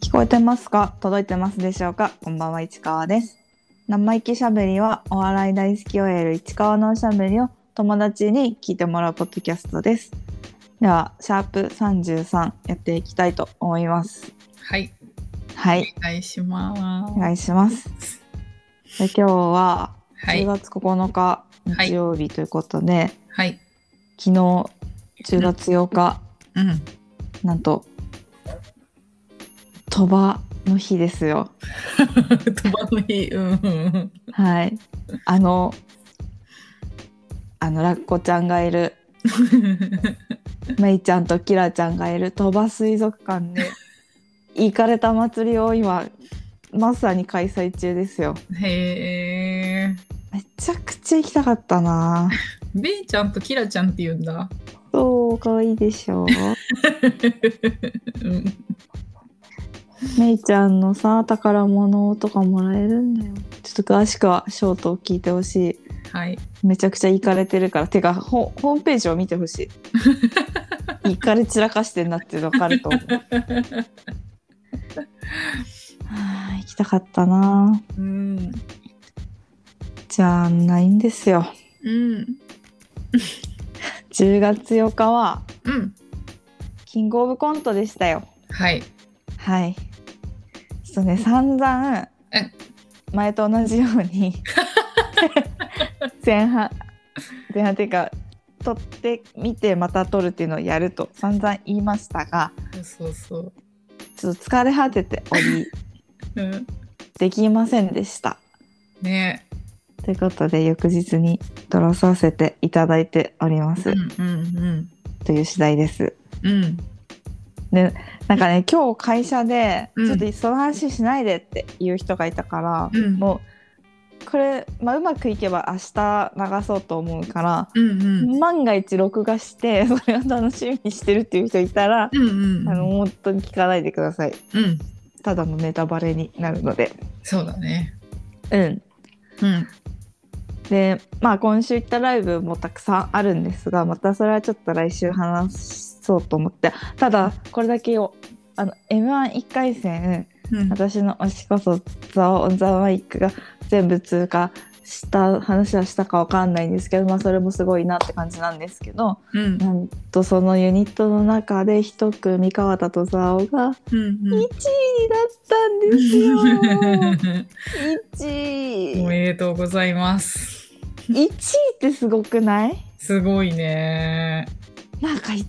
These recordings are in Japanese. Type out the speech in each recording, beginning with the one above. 聞こえてますか届いてますでしょうかこんばんは市川です生意気しゃべりはお笑い大好き OL 市川のおしゃべりを友達に聞いてもらうポッドキャストですではシャープ33やっていきたいと思いますはい、はいお願いしまお願いしますす。で今日はは10い、月9日はい日曜日ということで、はい、昨日10月8日うん、 なんと鳥羽の日ですよ飛ばの日、うんうん、はい。あの、あの、ラッコちゃんがいる、メイちゃんとキラちゃんがいる鳥羽水族館で、行かれた祭りを今、まさに開催中ですよ。うん。へえ、めちゃくちゃ行きたかったなベイちゃんとキラちゃんって言うんだ。そう、可愛いでしょ。うんメイちゃんのさ、宝物とかもらえるんだよ。ちょっと詳しくはショートを聞いてほしはい、い。めちゃくちゃ行かれてるから。てか、ホホームページを見てほし い。行かれ散らかしてんなっていうの分かると思う。はあ行きたかったなうん、じゃあないんですようん、 10月8日はうん、キングオブコントでしたよはい、はいちょっとね散々うん前と同じよう に前半前半っていうか撮ってみてまた撮るっていうのをやると散々言いましたがそうそう、ちょっと疲れ果てておりうん、できませんでしたね、ということで翌日に撮らさせていただいております、うん、うん、という次第ですうん、うん、なんかね今日会社でうんちょっとその話しないでっていう人がいたから、うんもうこれ、まあ、うまくいけば明日流そうと思うから、うん、うん、万が一録画して それを楽しみにしてるっていう人いたら、うん、うん、あの本当に聞かないでくださいうん、ただのネタバレになるので。そうだね、うんうん、でまあ今週行ったライブもたくさんあるんですがまたそれはちょっと来週話そうと思ってただこれだけをあの m 1 1回戦うん、私の推しこそザ・オン・ザ・マイクが全部通過した話はしたかわかんないんですけど、まあ、それもすごいなって感じなんですけどうん、なんとそのユニットの中で一組川田とザオがうん、 1位にうんな。ったんです よ1位おめでとうございます。 1位ってすごくないすごいね。なんか1位っ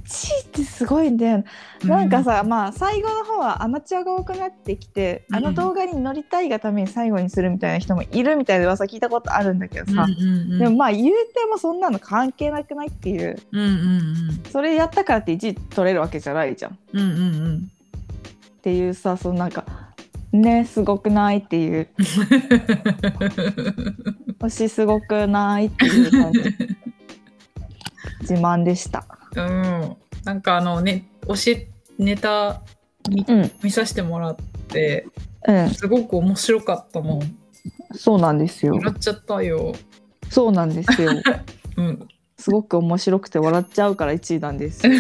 てすごいんだよなんかさ、まあ最後の方はアマチュアが多くなってきて、あの動画に乗りたいがために最後にするみたいな人もいるみたいな噂聞いたことあるんだけうどん、さ、うんうん、でもまあ言うてもそんなの関係なくないっていううんうんそれやったからって1位取れるわけじゃないじゃんっうんうんうんうん。ていうさそのなんかねすごくないっていう 推しすごくないっていう感じ自慢でしたうん、なんかあのね教えネタ見うんうん見させてもらってすごく面白かったもん。そうなんです よ笑っちゃったよ。そうなんですようん。 すごく面白くて笑っちゃうから1位なんですよ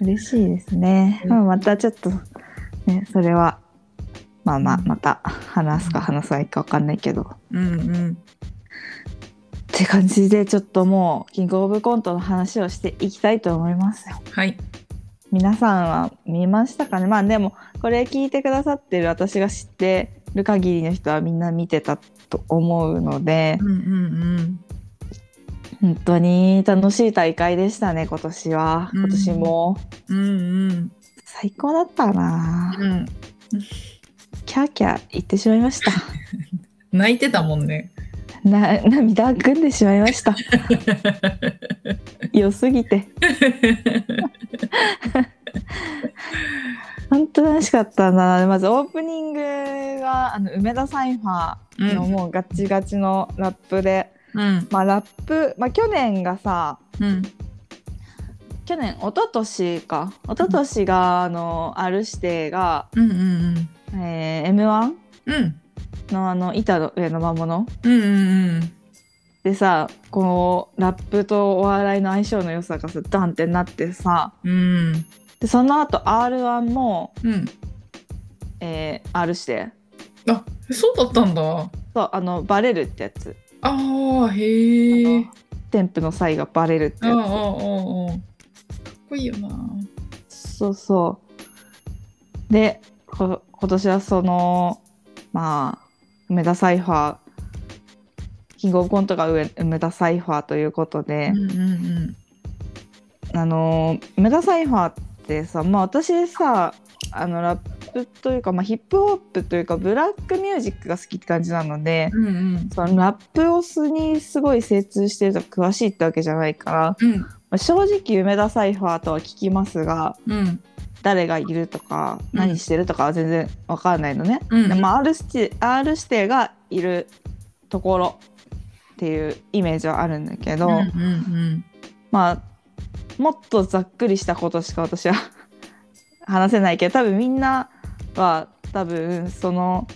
嬉しいですね、まあ、またちょっとねそれはまあまあまた話すか話さないか分かんないけどうんうっん。て感じでちょっともうキングオブコントの話をしていきたいと思いますよはい。皆さんは見ましたかねまあでもこれ聞いてくださってる私が知ってる限りの人はみんな見てたと思うのでうんうん本当に楽しい大会でしたね今年はうん今年もうん。うんうん。最高だったなうん。キャーキャー言ってしまいました泣いてたもんね。な涙ぐんでしまいました良すぎて本当に楽しかったなまずオープニングはあの梅田サイファーのうんもうガチガチのラップで、うんまあラップ、まあ、去年がさうん去年一昨年か一昨年が、あの R 指定が、うんうんえー、m 1うんうんのあの板の上の魔物うんうんでさこのラップとお笑いの相性の良さがさダンってなってさうんうんでその後 R1 も、うん。えー R してあ、そうだったんだ。あそうあのバレるってやつあー、へえ。添付の際がバレるってああ、ああ、ああ。やかっこいいよな。つそうそうでこ今年はそのまあ梅田サイファーキングオブコントが上梅田サイファーということでう、んうんうん。あのー梅田サイファーってさ、まあ、私さあのラップというか、まあ、ヒップホップというかブラックミュージックが好きって感じなのでうんうん。そのラップをすにすごい精通してるとか詳しいってわけじゃないから、うんまあ正直梅田サイファーとは聞きますがうん誰がいるとかうん何してるとかは全然わかんないのね。うん。でまあ、R, 指定 R 指定がいるところっていうイメージはあるんだけど。うんうんまあもっとざっくりしたことしか私は 話せないけど多分みんなは多分その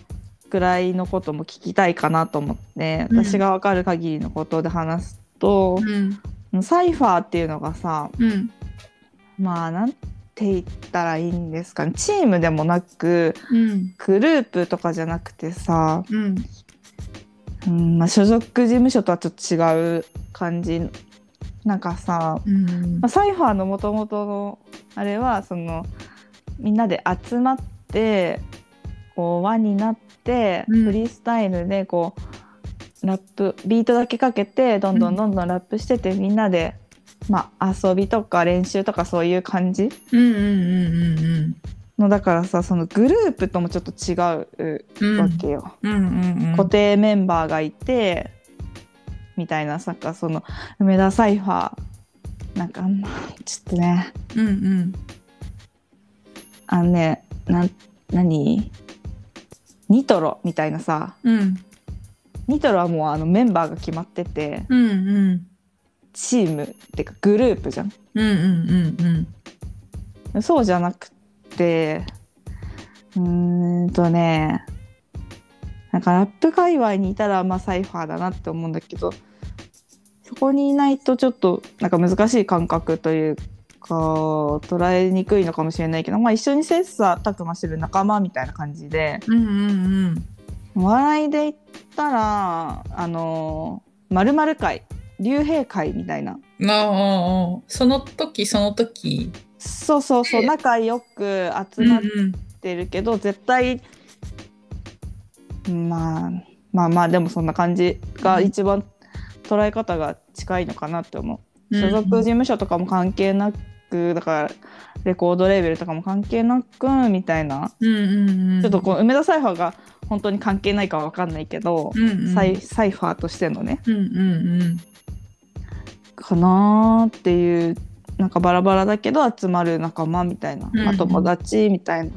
くらいのことも聞きたいかなと思ってうん私が分かる限りのことで話すとう、んサイファーっていうのがさうんまあなんて言ったらいいんですかねチームでもなくうんグループとかじゃなくてさ、うんうんまあ、所属事務所とはちょっと違う感じなんかさうんまあ、サイファーのもともとのあれはそのみんなで集まってこう輪になって、うんフリースタイルでこうラップビートだけかけてどんどうんんどんどんラップしてて、みんなで、まあ、遊びとか練習とかそういう感じうんうんうんうんのだからさそのグループともちょっと違ううんわけよ。うんうんうん固定メンバーがいてみたいなさその梅田サイファーなんかまあちょっとねうんうんあのね、なん、何ニトロみたいなさ、うんニトロはもうあのメンバーが決まってて、うんうんチームってかグループじゃん。うんうんうんうんそうじゃなくて、うーんとね、なんかラップ界隈にいたらまあサイファーだなって思うんだけど、そこにいないとちょっとなんか難しい感覚というか、捉えにくいのかもしれないけど、まあ一緒に切磋琢磨してる仲間みたいな感じで、うんうんうんお笑いで言ったらあのまるまる会竜兵会みたいななあああその時その時そうそうそうえ仲良く集うんうまっんてるけど、絶対まあまあまあでもそんな感じが一番捉え方が近いのかなって思う、所属事務所とかも関係なくだからレコードレーベルとかも関係なくみたいな、うんうんうんちょっとこう梅田サイファーが本当に関係ないかは分かんないけど、うんうんサイサイファーとしてのねうんうんうんかなーっていうなんかバラバラだけど集まる仲間みたいな、うんまあ、友達みたいな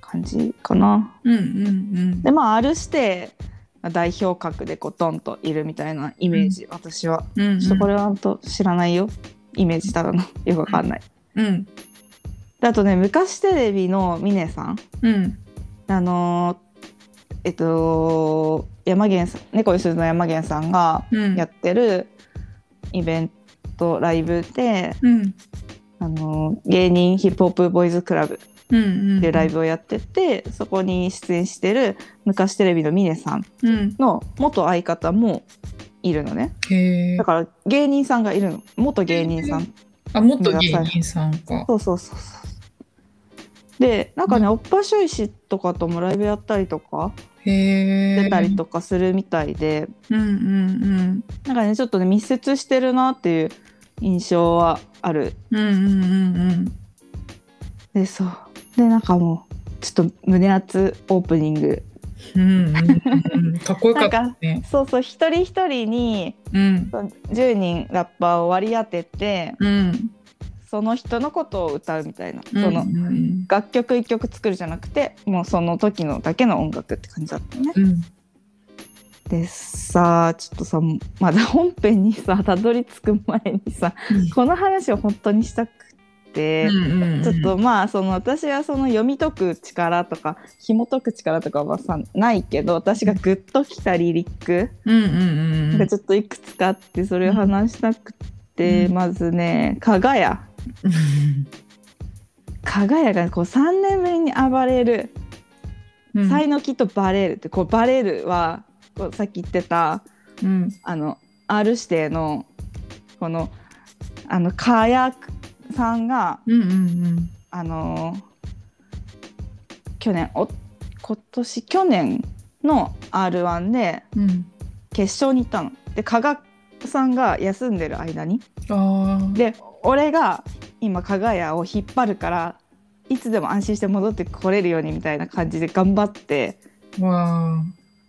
感じかな。うんうんでまあ R 指定が代表格でこうドンといるみたいなイメージ、私は。うんうんちょっとこれはほんと知らないよイメージただの よくわかんない。うんであとね昔テレビのミネさんうんあのーえっと山源さん猫にするの山源さんがうんやってるイベントライブでうんあの芸人ヒップホップボーイズクラブっうんうんていうライブをやってて、そこに出演してる昔テレビのミネさんうんの元相方もいるのねへえだから芸人さんがいるの元芸人さんあ元芸人さんかそうそうそうそうでなんかね、おっぱしょいしとかともライブやったりとかへえ出たりとかするみたいで、うんうんなんかねちょっとね密接してるなっていう印象はあるうんうんうんうんうんでそうでなんかもうちょっと胸熱オープニングうんうんうんかっこよかったね。そうそう一人一人にうんその10人ラッパーを割り当ててうんその人のことを歌うみたいな、うんそのうん楽曲1曲作るじゃなくてもうその時のだけの音楽って感じだったのね。うんでさちょっとさまだ本編にさたどり着く前にさこの話を本当にしたくって。うんうんちょっとまあその私はその読み解く力とか紐解く力とかはさないけど私がグッときたリリック、うんうんなんうかんちょっといくつかあってそれを話したくて、うんまずね「かがや」かがやがこう3年ぶりに暴れる、うん才能きっとバレるってこうバレるはこうさっき言ってたうんあの R 指定のこのあのかやさんがうんうんあの去年お今年去年の r 1でうんうん決勝に行ったの。で加賀さんが休んでる間にあーで俺が今加賀屋を引っ張るからいつでも安心して戻ってこれるようにみたいな感じで頑張ってわ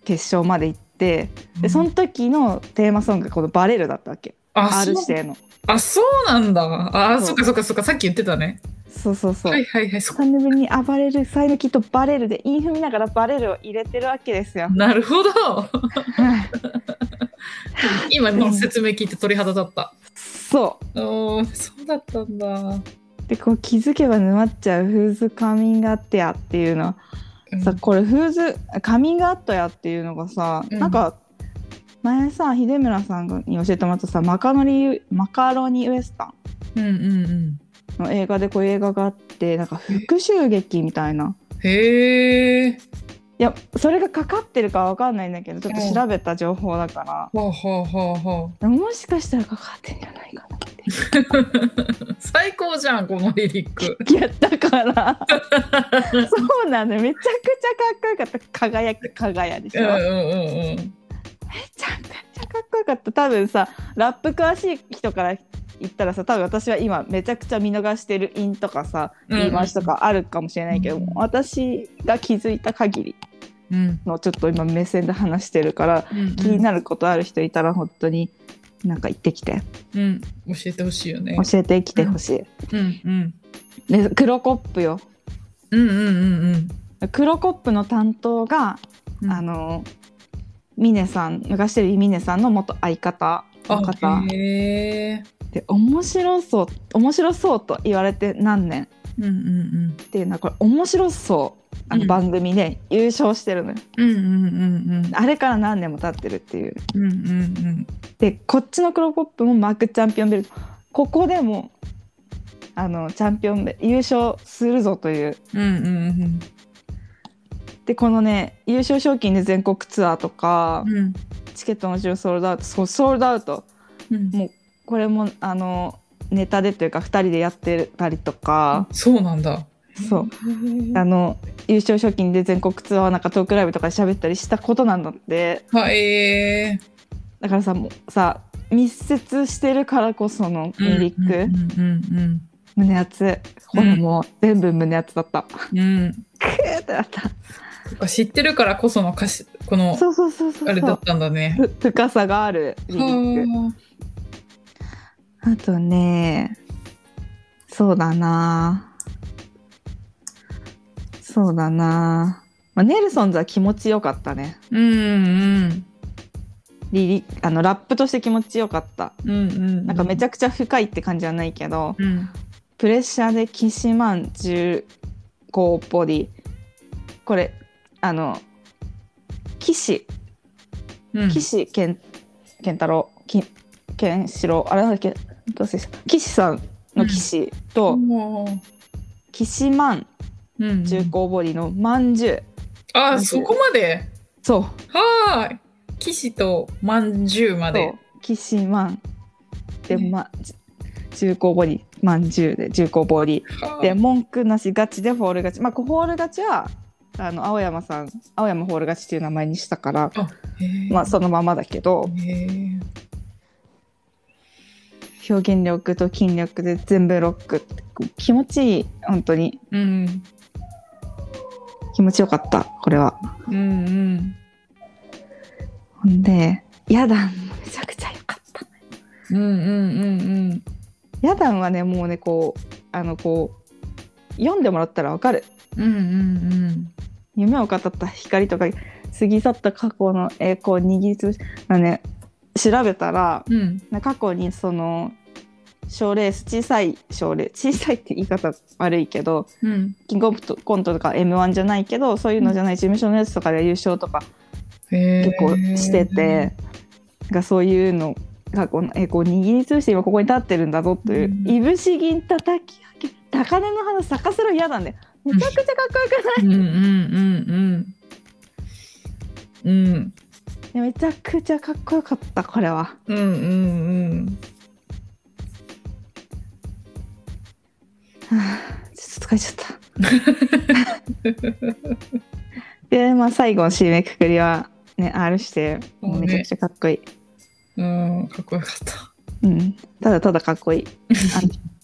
決勝まで行ってーでその時のテーマソングがこの「バレる」だったわけあ R そう指定のあそうなんだあそうそっかそっかそっかさっき言ってたねそうそうそう、はいはいはいそ3年ぶりに暴れる才のきっとバレるで韻踏みながらバレるを入れてるわけです よ。なるほどはい今の説明聞いて鳥肌立ったそおーそうだったんだうでこう気づけば沼っちゃうフーズカミングアットやっていうの、うんさこれフーズカミングアットやっていうのがさ、うんなんか前さ秀村さんに教えてもらったさマカロニマカロニウエスタうんうんうんンの映画でこういう映画があってなんか復讐劇みたいな。へえいやそれがかかってるかわかんないんだけどちょっと調べた情報だから、はあ、はあはあ はもしかしたらかかってんじゃないかな ってあ、最高じゃんこのリリックいやだから そうなのよめちゃくちゃかっこよかった輝く輝でしうんょ、うんめうんうんちゃくちゃかっこよかった多分さラップ詳しい人から言ったらさ多分私は今めちゃくちゃ見逃してる韻とかさうん言い回しとかあるかもしれないけど、うん私が気づいた限りうんのちょっと今目線で話してるからうん気になることある人いたら本当になんか言ってきてうん教えてほしいよね教えてきてほしい。うんうんで黒コップようんうんうん黒コップの担当がうんあの峰さん昔してる峰さんの元相方の方あへえで面白そう面白そうと言われて何年うんうんっていうのはこれ面白そうあうのん番組で優勝してるのよ、うんうんうんうんあれから何年も経ってるっていううんうんうんでこっちの黒コップもマークチャンピオンベルトここでもあのチャンピオンベ優勝するぞといううんうんでこのね優勝賞金で全国ツアーとか、うんうんチケットもちろんソールドアウトそうソールドアウトうんもうこれもあのネタでというか2人でやってたりとか、そうなんだそうあの優勝賞金で全国ツアーなんかトークライブとかで喋ったりしたことなんだってはいえだからさもうさ密接してるからこそのーミリック、うんうん胸熱これもう全部胸熱だった、うんうんうんクーってなったそっか知ってるからこその歌詞こ のそうそうそうそあうれそだうったんだねふ深さがあるリリックはあとねそうだなそうだな、まあ、ネルソンズは気持ちよかったねあうんリリあのラップとして気持ちよかったうんうんうんなんかめちゃゃくちゃ深いって感じはないけど、うんプレッシャーでキシマン15ボディこれあの岸うん岸健健太郎き健志郎あれなんだっけどうせ岸さんの岸と、うんキシマンうん15ボディのまんじゅうあーそこまでそうはーい騎士とまんじゅうまそでうキシマンで、ねま、15ボディまんじゅうで15ボディはーで文句なし勝ちでフォール勝ちまあこうフォール勝ちはあの青山さん青山フォール勝ちっていう名前にしたから、へーまあ、そのままだけどへー表現力と筋力で全部ロックって気持ちいい本当にうん気持ちよかったこれはうんうんほんでヤダンもめちゃくちゃよかったうんうんヤダンはねもうねこうあのこう読んでもらったらわかるうんうんうんうん夢を語った光とか過ぎ去った過去の栄光を握りつぶしあのね調べたらうんうんな過去にその賞レース小さい賞レース小さいって言い方悪いけどうんキングオブコントとか m 1じゃないけどそういうのじゃない事務所のやつとかで優勝とか結結構してて、がそういうの過去の栄光を握りつぶして今ここに立ってるんだぞといううんいぶし銀叩き上げ高根の花咲かせろ嫌なんだよめちゃくちゃかっこよくないうんうんうんうんうんいやめちゃくちゃかっこよかったこれはうんうんはあちょっと疲れちゃった でまあ最後の締めくくりはね R してそうめねちゃくちゃかっこいいうんうんかっこよかったうん、ただただかっこ いい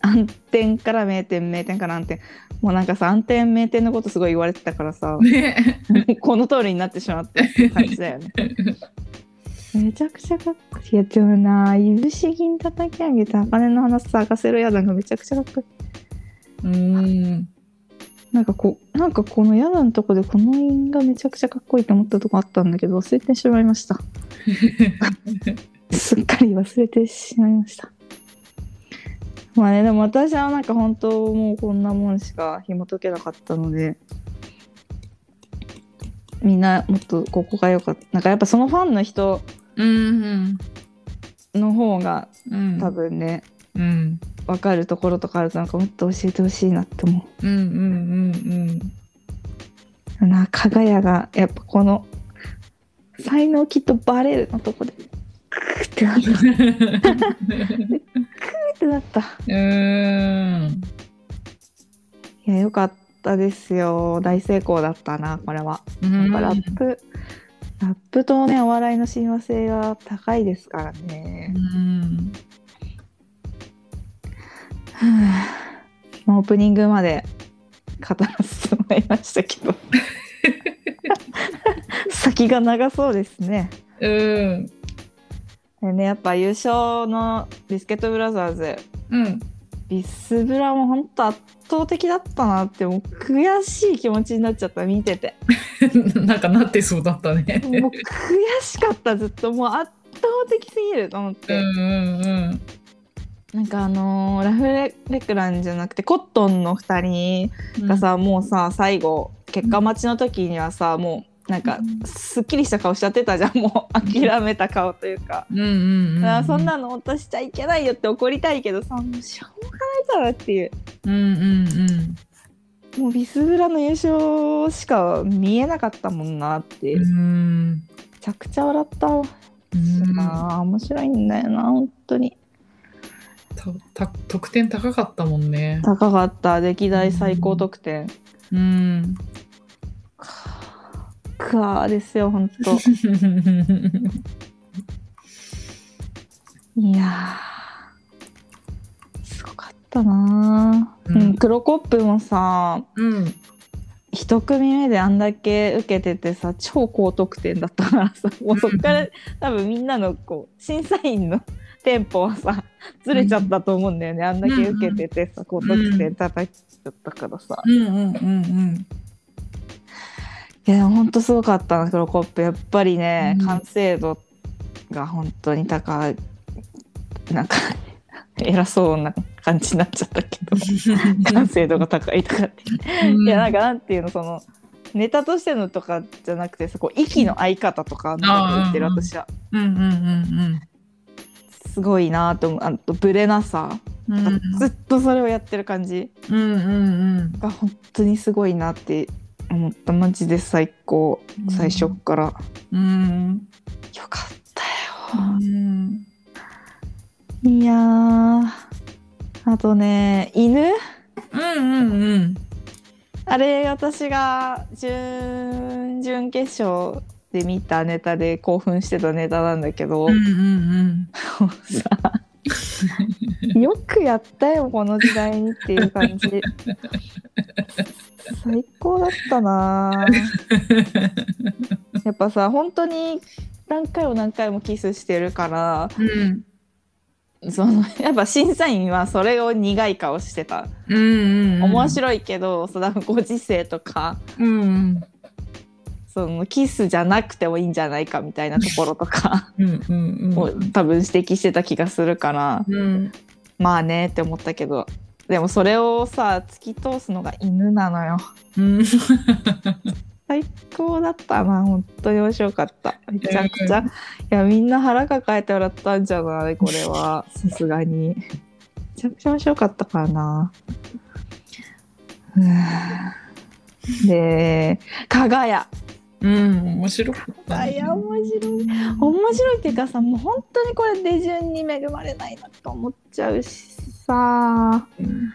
あん暗転から名店名店から暗転もうなんかさ暗転名店のことすごい言われてたから さねこの通りになってしまってっていう感じだよねめちゃくちゃかっこいいいやでもないぶし銀叩き上げて茜の花咲かせろやだんがめちゃくちゃかっこいうんいなんかこうなんかこのやだのとこでこの韻がめちゃくちゃかっこいいと思ったとこあったんだけど忘れてしまいましたすっかり忘れてしまいました。まあね、でも私はなんか本当もうこんなもんしか紐解けなかったので、みんなもっとここが良かった。なんかやっぱそのファンの人うんの方がうん多分ね、うん分かるところとかあるとなんかもっと教えてほしいなって思うんうんうんう。な、かがやがやっぱこの、才能きっとバレるのとこで、 クーってなった。クーってなった。うんうんいや、良かったですよ。大成功だったな、これは。やっぱラップ、ラップとね、お笑いの親和性が高いですからね。うんはあまあオープニングまで語らせてもらいましたけど。 先が長そうですね。うんでね、やっぱ優勝のビスケットブラザーズ、うんビスブラも本当圧倒的だったなって、もう悔しい気持ちになっちゃった、見てて。なんかなってそうだったね。もう悔しかったずっともう圧倒的すぎると思っうて、んうんなんかあのーラフレクランじゃなくてコットンの2うん。人がさ、もうさ最後結果待ちの時にはさもうなんかうんすっきりした顔しちゃってたじゃんもう諦めた顔というか。うんうんうだん。からそん。なの落としちゃいけないよって怒りたいけどさもうしょうがないからっていううんうんもうビスブラの優勝しか見えなかったもんなって、うん。うめん。ちゃくちゃ笑ったわうんあー面白いんだよな本当にたた得点高かったもんね。高かった歴代最高得点うん。くわーですよ本 当いやーすごかったなー、ううんんクロコップもさうん。一組目であんだけ受けててさ超高得点だったから さもうそっかうら多分みんなのこう審査員のテンポはさずれちゃったと思うんだよねあんだけ受けててさ高得点叩きちゃったからさうんうんうんいやほんとすごかったなクロコップやっぱりね、うん完成度が本当に高いなんか 偉そうな感じになっちゃったけ ど完成度が高いとかって、ういん。やなんかなんていうのそのネタとしてのとかじゃなくてそこ息の合い方とかの言ってるあーうんうん私はうんうんうんすごいなと思うあとブレなさ、うん。うんずっとそれをやってる感じうんうんが本当にすごいなって思ったマジで最高うん最初っから、うん。よかったよ。うん。いやーあとね犬うんうんうん。あれ私が準々決勝で見たネタで興奮してたネタなんだけど、うんうんもうさよくやったよこの時代にっていう感じ最高だったなやっぱさ本当に何回も何回もキスしてるからうん。そのやっぱ審査員はそれを苦い顔してたうんうんうん、面白いけど、そのご時世とかうんそのキスじゃなくてもいいんじゃないかみたいなところとかうんうんを多分指摘してた気がするから、うんまあねって思ったけどでもそれをさ突き通すのが犬なのようん最高だったな本当に面白かっためちゃくちゃ、いやみんな腹抱えて笑ったんじゃないこれは さすがにめちゃくちゃ面白かったからなうーんで加賀屋うん、面白かった加賀ね、屋面白い面白いっていうかさもう本当にこれ手順に恵まれないなと思っちゃうしさうん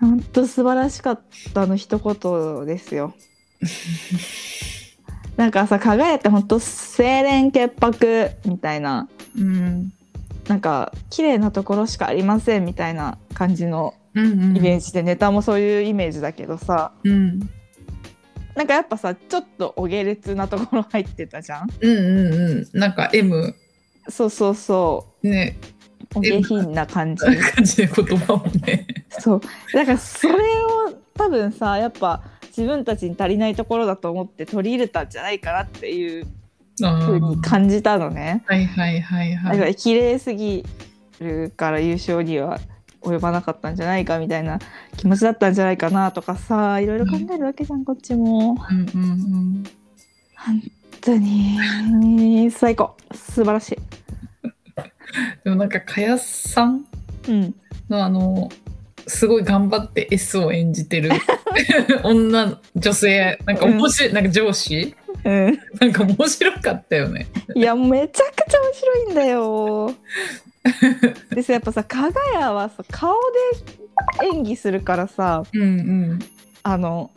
本当素晴らしかったの一言ですよ なんかさ加賀屋って本当清廉潔白みたいなうん、なんか綺麗なところしかありませんみたいな感じのうん、うん、イメージで、ネタもそういうイメージだけどさうん、なんかやっぱさちょっとお下劣なところ入ってたじゃんうん、うん、うん、なんか M そうそうそね、うお下品な感じそういう感じで言葉を ね、そうだからそれを多分さやっぱ自分たちに足りないところだと思って取り入れたんじゃないかなっていうあふうにー感じたのねはいはいはいだかはい、ら綺麗すぎるから優勝には及ばなかったんじゃないかみたいな気持ちだったんじゃないかなとかさいろいろ考えるわけじゃんこっちもうん、うん、本当に最高素晴らしいうん、でもなんかかやさんうんのあのすごい頑張って S を演じて る女女性なんか面白い、なんか上司 うんなんか面白かったよね。いやめちゃくちゃ面白いんだよ。でさやっぱさ加賀谷はさ顔で演技するからさうんうんあの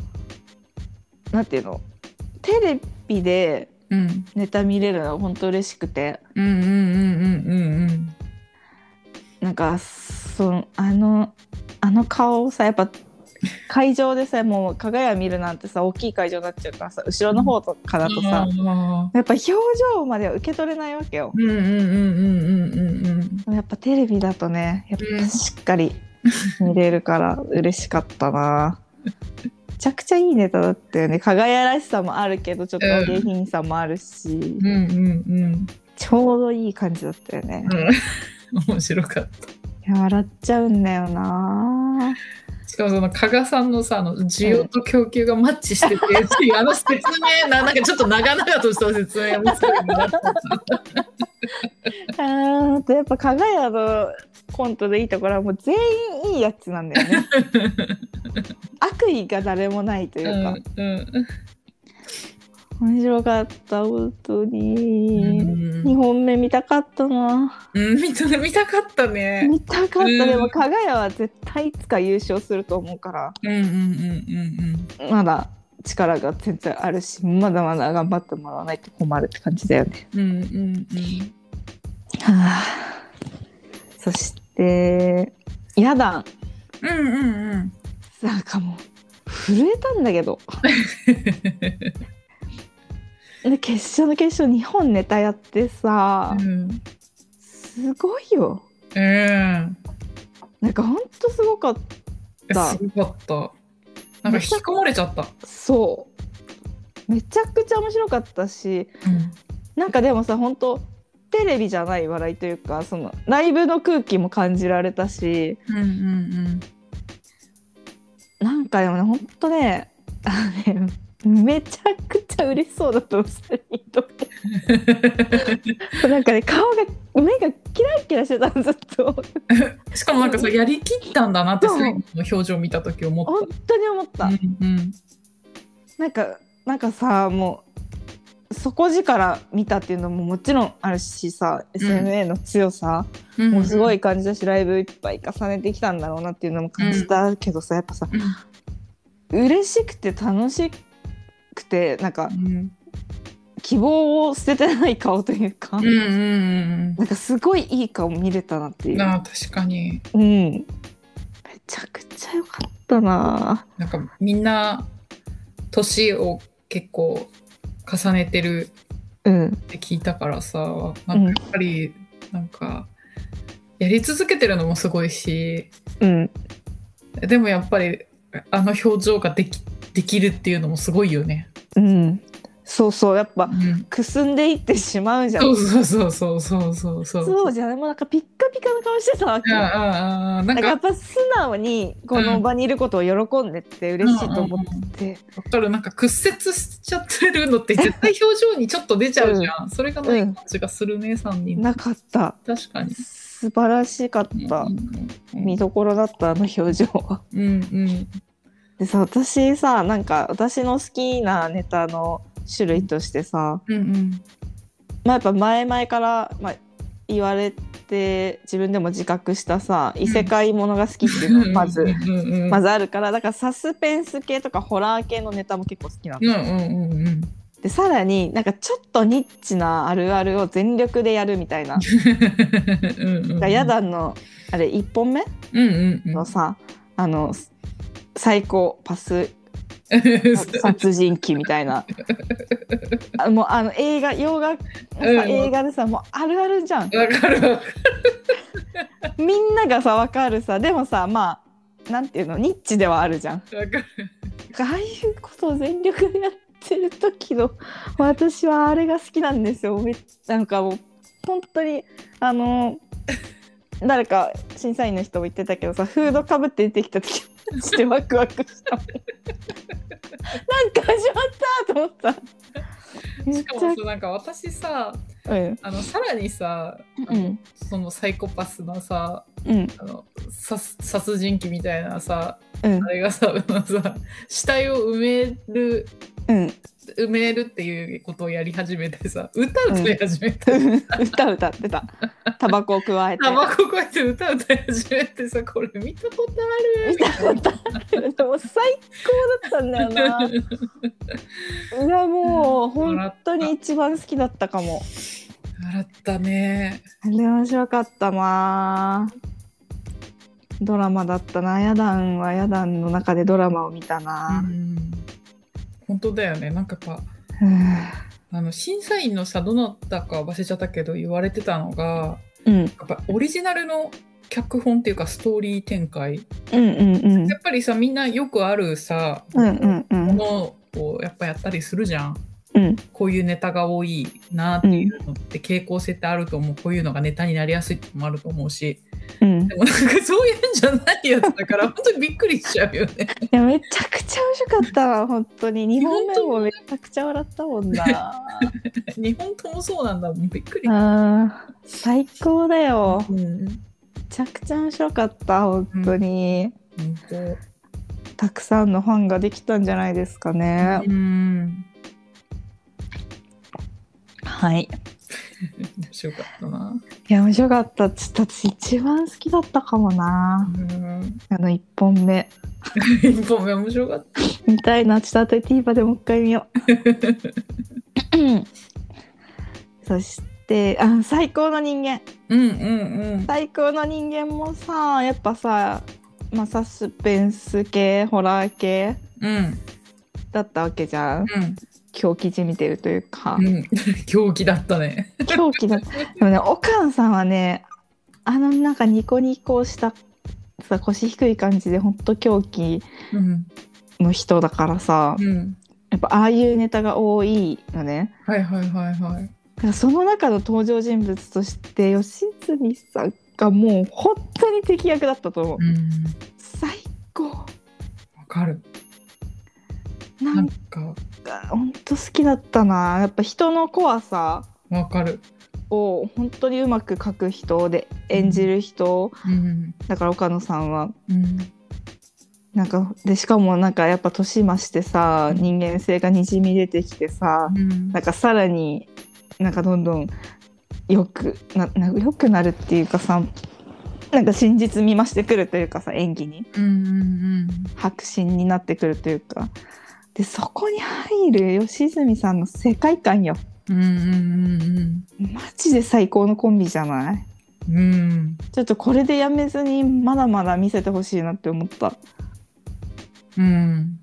なんていうのテレビでうんネタ見れるのは本当嬉しくてうんうんうんうんうんなんかそのあのあの顔をさやっぱ会場でさもう加賀谷見るなんてさ大きい会場になっちゃうからさ後ろの方とかだとさ、あやっぱ表情までは受け取れないわけよー。うんうんうんうんうんうんうんやっぱテレビだとねやうっんぱしっかり見れるから嬉しかったな。めちゃくちゃいいネタだったよね輝らしさもあるけどちょっとうん下品さもあるし、うんうんちょうどいい感じだったよねう、ん面白かった。いや笑っちゃうんだよなしかもその加賀さんのさあの需要と供給がマッチしてて、あの説明ななんかちょっと長々とした説明もすごいなってあとやっぱ輝のコントでいいところはもう全員いいやつなんだよ ね悪意が誰もないといううか、んうん面白かった本当うに、ん2本目見たかったなうん、見た見たかったね。見たかった、うんでも加賀谷は絶対いつか優勝すると思うからうんうんうんまだ力が全然あるしまだまだ頑張ってもらわないと困るって感じだよね。うんうん。うんうんうん。はあ、そしてやだんうんうんうん。なんかもう震えたんだけ どで決勝の決勝2本ネタやってさうん。すごいようん。なんかほんとすごかっただすごかった。なんか引き込まれちゃった。そうめちゃくちゃ面白かったしなんかでもさ本当テレビじゃない笑いというかそのライブの空気も感じられたしうんうんうんなんかでもね本当ねあのねめちゃくちゃ嬉しそうだったの3人ともなんかね顔が目がキラキラしてたのずっとうん。しかもなんかそうやりきったんだなってそう最後の表情見た時思っ。本当に思ったた、うんうん。なんかなんかさもう底力見たっていうのももちろんあるしさ、ん SMA の強さ、うんもうすごい感じだしライブいっぱい重ねてきたんだろうなっていうのも感じたけどさ、やっぱさうん。嬉しくて楽しくてなんかうん希望を捨ててない顔というか、うんうんなんかすごいいい顔見れたなっていうん。う、なあ確かに。うん、めちゃくちゃ良かったななんかみんな年を結構重ねてるうんって聞いたからさなんかやっぱり、なんかやり続けてるのもすごいしうんでもやっぱりあの表情ができできるっていうのもすごいよね。うんそうそうやっぱうんくすんでいってしまうじゃんそそううそうそうそうそうそうそう。じゃんもうなんかピッカピカの顔してたわけあよああななんんかやかっぱ素直にこの場にいることを喜んでって嬉しいと思ってて、わかるなんか屈折しちゃってるのって絶対表情にちょっと出ちゃうじゃん。それがない感じがするね三人。なかった確かに。す素晴らしかった見どころだったあの表情は。 うんうんでさ私さなんか私の好きなネタの種類としてさ、うんうんまあ、やっぱ前々から、まあ、言われて自分でも自覚したさ異世界ものが好きっていうのがまずう。んうんうんまずあるからだからサスペンス系とかホラー系のネタも結構好きなの。うんうんうんうんでさらになんかちょっとニッチなあるあるを全力でやるみたいな。うんうんがヤダンのあれ1本目うんうんうんのさ、あの最高パス殺人鬼みたいなあもうあの映画洋画さうん映画でさもうあるあるじゃん わかるわかみんながさわかるさでもさまあなんていうのニッチではあるじゃんるわかるああいうことを全力でやってる時の私はあれが好きなんですよめなんかもう本当にあ の誰か審査員の人も言ってたけどさフードかぶって出てきた時してワクワクしたもんなんか始まったと思っしたかめっちゃもさなんか私さうんあのさらにさうんそのサイコパスなさうんあの殺殺人鬼みたいなさうんあれがさあのさ死体を埋めるうん埋めるっていうことをやり始めてさ歌歌い始めて、歌歌ってたタバコを加えてタバコこうやって歌歌い始めてさこれ見たことある見たことあるけどもう最高だったんだよな。いやもう本当に一番好きだったかも。笑ったねあれ面白かったな。ドラマだったな。ヤダンはヤダンの中でドラマを見たうな。ん本当だよねなんかやっぱあの審査員のさどなたか忘れちゃったけど言われてたのがうんやっぱオリジナルの脚本っていうかストーリー展開うんうんうんやっぱりさみんなよくあるさ、うんうんうもんのをやっぱやったりするじゃんうんこういうネタが多いなっていうのって傾向性ってあると思うこういうのがネタになりやすいってのもあると思うしうん。いでもなんかそういうんじゃないやつだから本当にびっくりしちゃうよね。 やめちゃくちゃ面白かったわ本当に。二本目もめちゃくちゃ笑ったもんな。日本ともそうなんだもんびっくり。あー最高だよ。うんめちゃくちゃ面白かった本当に。本当たくさんのファンができたんじゃないですかね。うんはい。面白かったな。いや面白かったちょっと私一番好きだったかもなうん、あの1本目一本目面白かった。見たいなちょっと後で TVer でもう一回見ようそしてあ最高の人間うんうん最高の人間もさやっぱさ、まあ、サスペンス系ホラー系うんうんだったわけじゃん狂気じみてるというかうんうん。狂気だったね。狂気だでもねおかんさんはねあのなんかニコニコしたさ腰低い感じでほんと狂気うんの人だからさ、うん。やっぱああいうネタが多いのね。はいはいはいはい。だからその中の登場人物として吉住さんがもう本当に敵役だったと思う。うん。最高わかる。ななんんかか本当好きだったな。やっぱ人の怖さわかる。を本当にうまく描く人で演じる人、うんだから岡野さんは。うん。なんかでしかもなんかやっぱ年増してさ人間性がにじみ出てきてさ、うんなんかさらになんかどんどんよくななよくなるっていうかさなんか真実見ましてくるというかさ演技にうん白真になってくるというかでそこに入る吉住さんの世界観ようんうんうんマジで最高のコンビじゃないうんうんうんちょっとこれでやめずにまだまだ見せてほしいなって思ったうん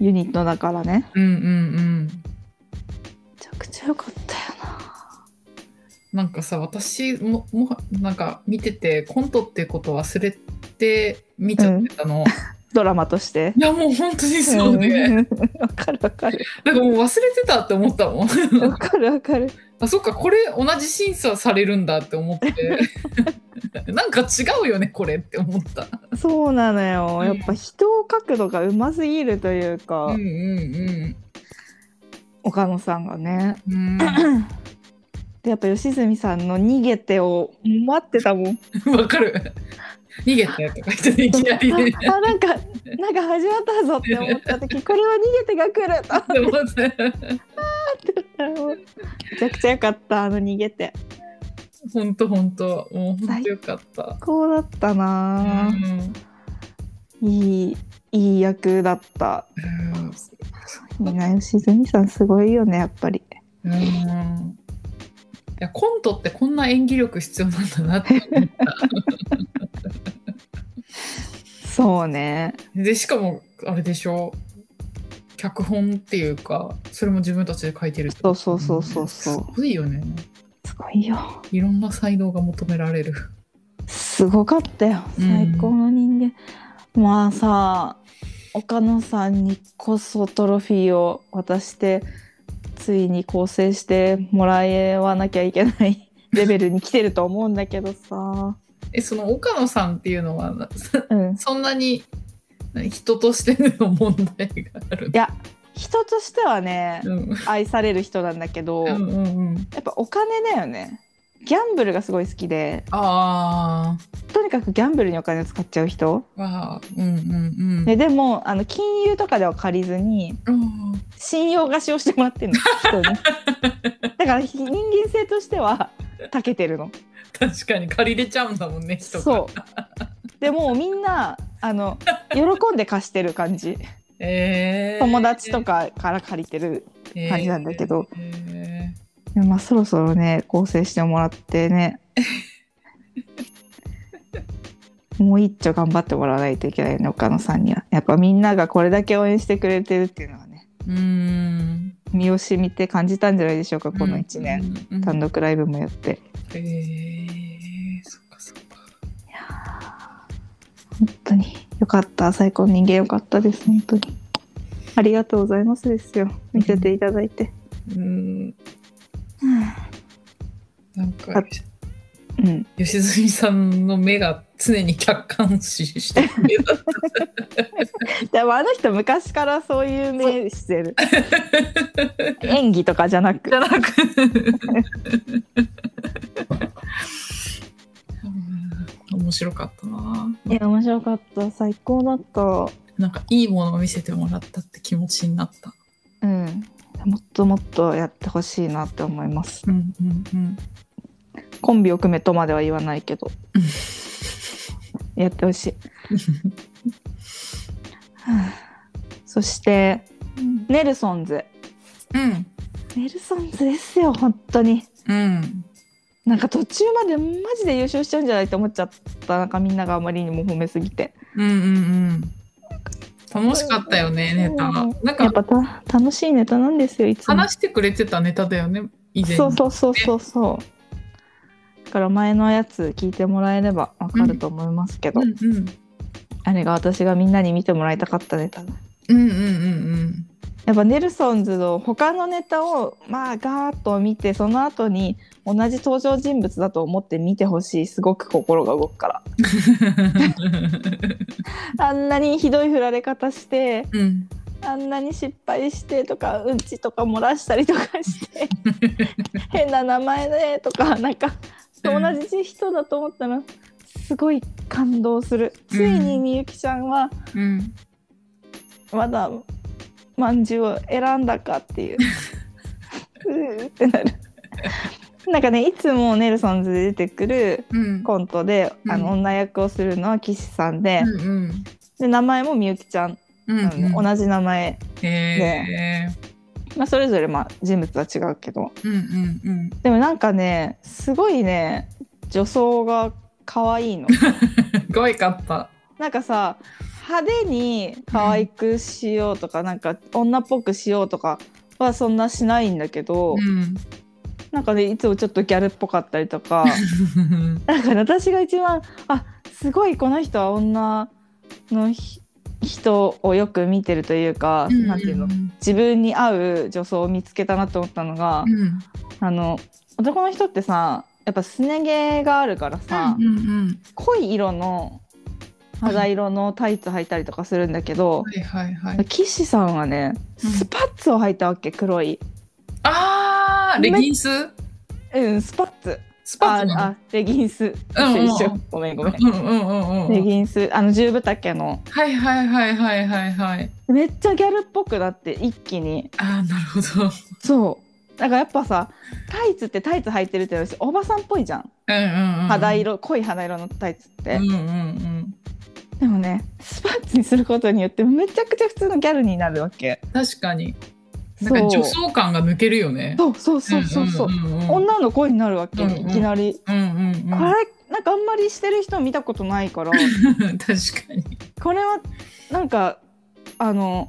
ユニットだからねうんうんめちゃくちゃ良かったよななんかさ私ももはなんか見ててコントってこと忘れて見ちゃってたの、ドラマとしていやもう本当にそうで、ん わかるわかるなんかもう忘れてたって思ったもんわかるわかるあそっかこれ同じ審査されるんだって思ってなんか違うよねこれって思ったそうなのよ、うんやっぱ人を描くのがうますぎるというか、うんうん岡野さんがね うんうんでやっぱ吉住さんの「逃げて」を待ってたもん。わかる。逃げてとか言っていきなりね。ああなんかなんか始まったぞって思った 時これは逃げてが来ると思でもねったらもうめちゃくちゃ良かったあの逃げてほんとほんと、もうほんとよかった。こうだったうなあ、んいいいい役だったうんいいな吉住さんすごいよねやっぱりうんいやコントってこんな演技力必要なんだな って思ったそうねでしかもあれでしょ脚本っていうかそれも自分たちで書いてるってことそうそうそうそうそうすごいよねすごいよいろんな才能が求められるすごかったようん最高の人間、まあさ岡野さんにこそトロフィーを渡してついに更生してもらえはなきゃいけない レベルに来てると思うんだけどさ、えその岡野さんっていうのはなそうん、いそんなに何人としての問題があるや人としてはねうん愛される人なんだけど、うんやうんうんっぱお金だよねギャンブルがすごい好きであとにかくギャンブルにお金を使っちゃう人、ーわあうんうんうんででもあの金融とかでは借りずにうん信用貸しをしてもらってるの人にだからひ人間性としては長けてるの 確かに借りれちゃうんだもんね人がそうでもうみんなあの喜んで貸してる感じえー、友達とかから借りてる感じなんだけど、えーえでもまあそろそろね構成してもらって ねもう一丁頑張ってもらわないといけないよね岡野さんにはやっぱみんながこれだけ応援してくれてるっていうのはねーうん身を染みて感じたんじゃないでしょうかこの1年、うんうん単独ライブもやってえー、そっかそっか。本当によかった最高の人間よかったです本当にありがとうございますですよ見せていただいてうん、なんかあうん吉住さんの目が常に客観視してる目だっでもあの人昔からそういう目してる演技とかじゃなくたなく。 面白かったないや面白かった最高だったなんかいいものを見せてもらったって気持ちになったうんもっともっとやってほしいなって思いますうんうんうんコンビを組めとまでは言わないけどやってほ しいはあそしてネルソンズうんネルソンズですよ本当にうんなんか途中までマジで優勝しちゃうんじゃないって思っちゃったなんかみんながあまりにも褒めすぎてうんうんうん楽しかったよねネタなんやかっぱた楽しいネタなんですよいつも話してくれてたネタだよね以前にそうそうそうそうそうだから前のやつ聞いてもらえればわかると思いますけど、うんうんあれが私がみんなに見てもらいたかったネタだうんうんやっぱネルソンズの他のネタをまあガーッと見てその後に同じ登場人物だと思って見てほしいすごく心が動くからあんなにひどい振られ方してうんうんうんあんなに失敗してとかうんちとか漏らしたりとかして 変な名前でとかなんか同じ人だと思ったらすごい感動する、うんついにみゆきちゃんはうんまだまんじゅうを選んだかっていう うーってなるなんかねいつもネルソンズで出てくるうんコントで、あうのん女役をするのは岸さんで,、うんで名前もみゆきちゃんうんなので、うん同じ名前へーまあ、それぞれまあ人物は違うけどうんうんうんでもなんかねすごいね女装が可愛 いの可愛かったなんかさ派手に可愛くしようとか、なんか女っぽくしようとかはそんなしないんだけど、うんなんかねいつもちょっとギャルっぽかったりと かなんかね私が一番あすごいこの人は女のひ人をよく見てるというか、なんていうのうん自分に合う女装を見つけたなと思ったのが、うんあの男の人ってさやっぱすね毛があるからさ、うんうん濃い色の肌色のタイツ履いたりとかするんだけど、はいはいはい岸さんはねうんスパッツを履いたわけ黒いあーレギンスうん、スパッツ。スパあッツなあ、レギンス。一うん緒うん一緒。ごめんごめん。の。うんうんうんうんうレん。ギンス、あの十分丈の。はいはいはいはいはいはい。めっちゃギャルっぽくなって、一気に。ああなるほど。そう。なんかやっぱさ、タイツってタイツ履いてるって私おばさんっぽいじゃん。うんうんうん。肌。色、濃い肌色のタイツっうてんう。んうん。でもね、スパッツにすることによって、めちゃくちゃ普通のギャルになるわけ。確かに。なそんかう。女装感が抜けるよね。そうそうそうそうそう。んんん女の子になるわけ、うんうんいきなり。うんうんうん。これなんかあんまりしてる人見たことない から確かに。これはなんかあの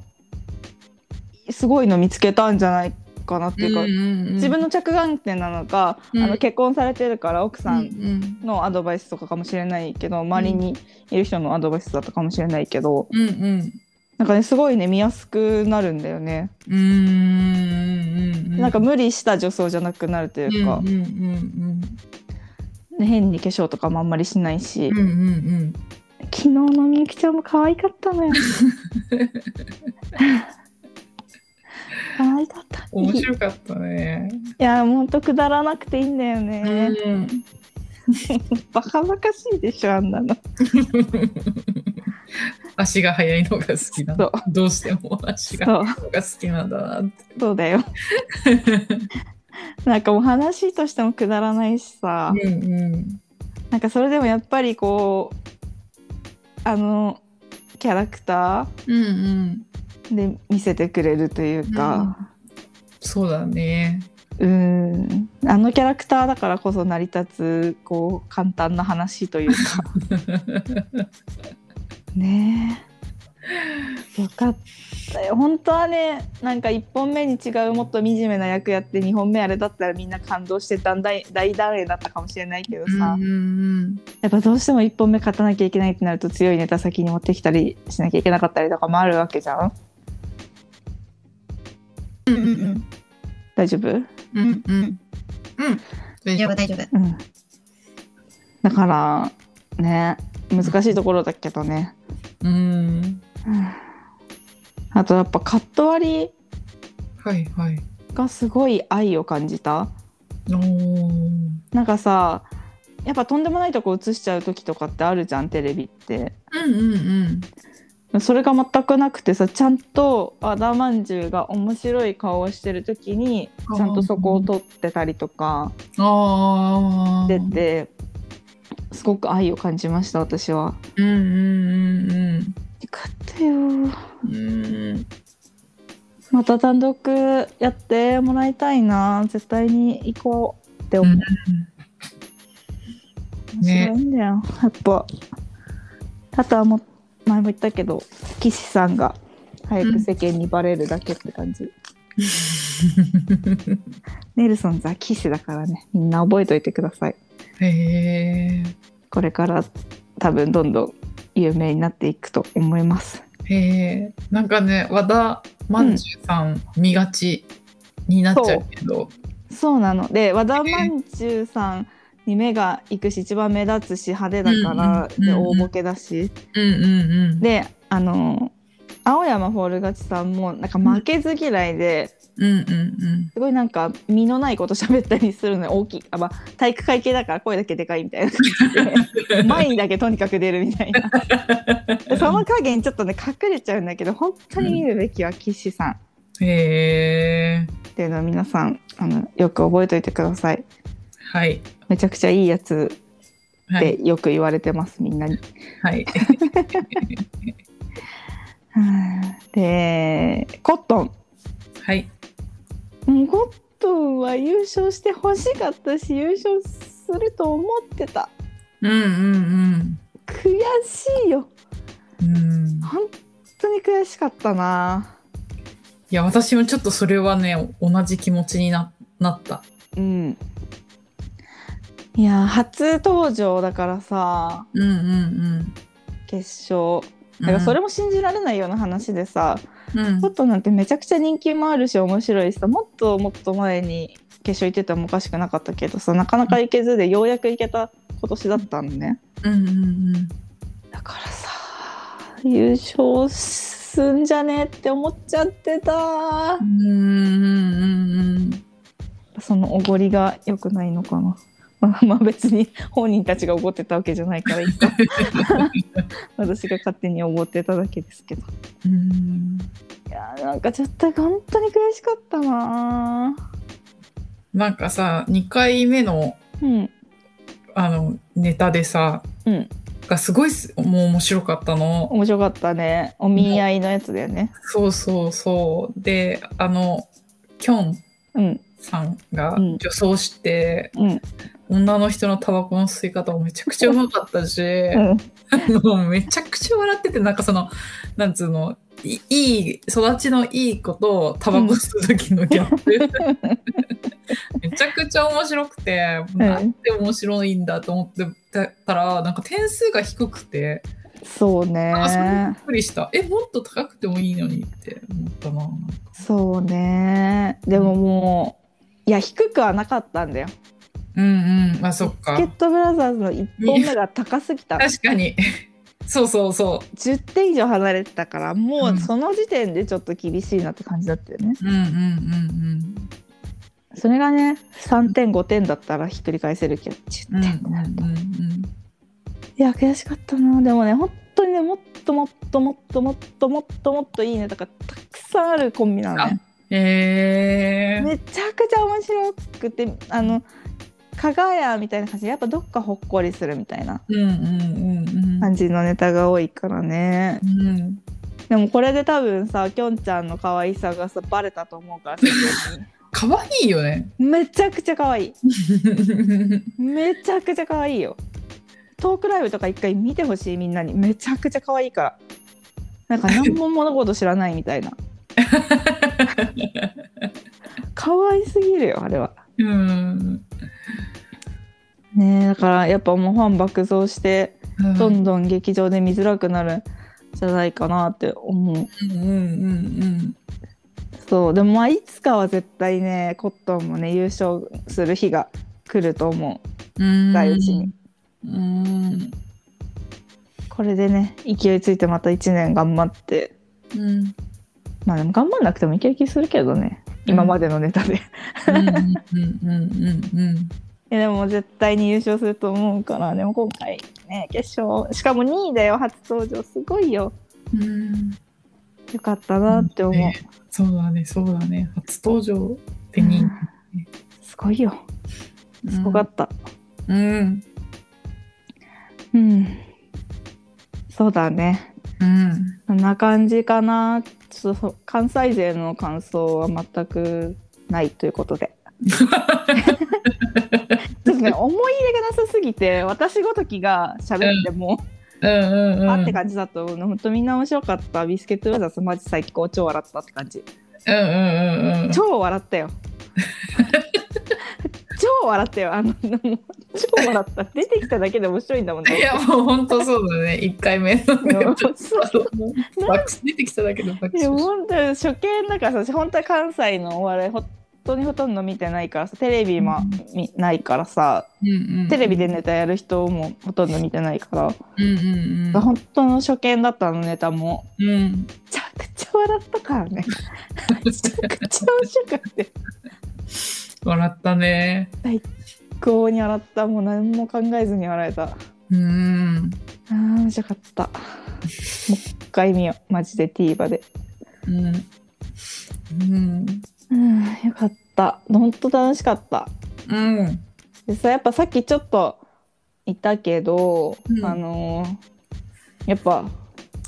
すごいの見つけたんじゃないかなっていうか、自分のの着眼点なのか、うんあの結婚されてるから奥さんんのアドバイスとかかもしれないけど周りにいる人のアドバイスだったかもしれないけどうんうん。なんかねすごいね見やすくなるんだよね、うーんなんか無理した女装じゃなくなるというかうん、うんうんね変に化粧とかもあんまりしないし、うんうんうん昨日のみゆきちゃんも可愛かった のよ。可愛かった。面い白かったね。や、もうほんとくだらなくていいんだようね。ん、バカバカしいでしょ、あんな の。足が速いのが好きなそうの。どうしても足が速そう、いのが好きなんだなって。そうだ よ。なんかもう話としてもくだらないしさ、うんうんなんかそれでもやっぱりこう。あの、キャラクタうんうん。ーで見せてくれるというか。そうだね。うん、あのキャラクターだからこそ成り立つ、こう簡単な話というか。 ねえよかったよ本当はねなんか1本目に違うもっと惨めな役やって2本目あれだったらみんな感動してたんだい大団円だったかもしれないけどうさ、んうんやっぱどうしても1本目勝たなきゃいけないってなると強いネタ先に持ってきたりしなきゃいけなかったりとかもあるわけじゃんうんうん大丈夫うんうんうん。うん。大丈大丈夫夫大丈夫。うんだからね難しいところだけどね、うん。うんあとやっぱカット割はいはい。りがすごい愛を感じたおーなんかさやっぱとんでもないとこ映しちゃう時とかってあるじゃんテレビってうんうんうん。それが全くなくてさちゃんと和田まんじゅうが面白い顔をしてる時にちゃんとそこを撮ってたりとかああ。出てすごく愛を感じました私はうんうんうんよかったようん。うん。また単独やってもらいたいな絶対に行こうって思う、面ね白いんだよやっぱあとはもう前も言ったけど岸さんが早く世間にバレるだけって感じ、ネルソンズは岸だからねみんな覚えといてくださいへえ。これから多分どんどん有名になっていくと思いますへえ。なんかね、和田まんじゅうさん見がちになっちゃうけど。そうなので和田まんじゅうさんに目が行くし一番目立つし派手だから、うんうんうんうんで大ボケだし、うんうんうん。であの青山フォール勝ちさんもなんか負けず嫌いで、うんうんすごいなんか身のないこと喋ったりするのに大きいあ、まあ、体育会系だから声だけでかいみ たいな感じで前にだけとにかく出るみたいなでその影にちょっとね隠れちゃうんだけど本当に見るべきは岸さんっうん。へえ。ていうのを皆さんあのよく覚えておいてくださいはい。めちゃくちゃいいやつっはい。てよく言われてますみんなに。はい。うんでコットンはい。うんコットンは優勝してほしかったし優勝すると思ってたうんうん悔しいようん。うん。本当に悔しかったないや、私もちょっとそれはね、同じ気持ちにななった。うんいや初登場だからさうんうん決勝うん。だからそれも、も信じられないような話でさ、うんコットンなんてめちゃくちゃ人気もあるし面白いしさもっともっと前に決勝行っててもおかしくなかったけどさなかなか行けずでようやく行けた今年だったのねうんうんうん。だからさ優勝すんじゃねえって思っちゃってたうんうんうんうん。そのおごりが良くないのかな。 まあ、まあ別に 本人たちがおごってたわけじゃないからいい か私が勝手におごってただけですけどうんいやーなんかちょっと本当に悔しかったななんかさ2回目のーうんあのネタでさうんがすごいすもう面白かったの。面白かったねお見合いのやつだよねそうそうそうであのキョンうんさんがうん女装して、うん女の人のタバコの吸い方もめちゃくちゃうまかったし、うんもうめちゃくちゃ笑っててなんかそのなんつうのいいい育ちのいい子とタバコ吸う時のギャップ、めちゃくちゃ面白くて、なんて面白いんだと思ってたらなんか点数が低くてそうあそれびねっくりしたえもっと高くてもいいのにって思ったななんかそうねでももういや低くはなかったんだようんうんまあそっチかケットブラザーズの1本目が高すぎた確かにそうそうそ10点以上離れてたからもうんうその時点でちょっと厳しいなって感じだったよねううんうんうんそれがね3点5点だったらひっくり返せるけどう10んうん点ってなると、うんいうんや悔しかったなでもね本当にねもっともっともっともっともっともっといいネタがたくさんあるコンビなのねえー、めちゃくちゃ面白くてあの加賀屋みたいな感じでやっぱどっかほっこりするみたいなうんうんうんうん感じのネタが多いからねうんでもこれで多分さきょんちゃんの可愛さがさバレたと思うから世間可愛いよね。にめちゃくちゃ可愛いめちゃくちゃ可愛いよトークライブとか一回見てほしいみんなにめちゃくちゃ可愛いからなんか何も物事知らないみたいな可愛すぎるよあれはうん。ねえだからやっぱもうファン爆増してどんどん劇場で見づらくなるんじゃないかなって思ううんうんうんそうでもまあいつかは絶対ねコットンもね優勝する日が来ると思ううん。第一にうん。これでね勢いついてまた1年頑張ってうん。まあでも頑張んなくてもいける気するけどね今までのネタで、いうんうんうんうんやでも絶対に優勝すると思うからでも今回ね決勝しかも2位だよ初登場すごいようん。うん。よかったなって思う、ねそうだねそうだね初登場でにうんすごいよすごかったた。うんうん、そうだねうん。そんな感じかなちょっと関西勢の感想は全くないということ でちょっとね思い入れがなさすぎて私ごときが喋っても、うんうんうん。あって感じだと思うの本当みんな面白かったビスケットブラザーズマジ最高超笑ったって感じうんうんうんうん。超笑ったよ 超笑ったよあのもう超笑った出てきただけで面白いんだもんいやもう本当そうだね一回目のね。そうそうバックス出てきただけでバックいスや。本当に初見だからさ本当は関西のお笑い本当にほとんど見てないからさテレビも見ないからさうんうん。テレビで。ネタやる人もほとんど見てないから、うんうん本当の初見だったあのネタもうん。うん。めちゃくちゃ笑ったからねめちゃくちゃ面白くて笑ったね。最高に笑ったもう何も考えずに笑えたあうん。ー面白か ったもう一回見ようマジで TVer でうん。うん。うんよかった本当楽しかったうん。でさやっぱさっきちょっと言ったけど、うんあのーやっぱ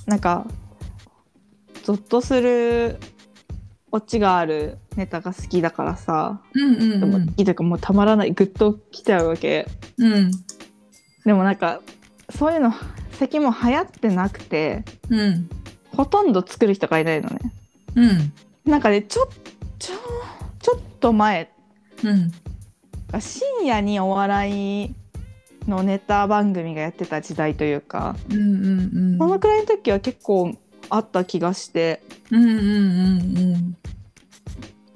なんかゾッとするオチがあるネタが好きだからさ、うん。でも好きというかもうたまらないグッときちゃうわけうん。でもなんかそういうの最近もう流行ってなくてうん。ほとんど作る人がいないのねうん。なんかねちょちょちょっと前うん。深夜にお笑いのネタ番組がやってた時代というか、うん。うん。そのくらいの時は結構あった気がしてうん。うん。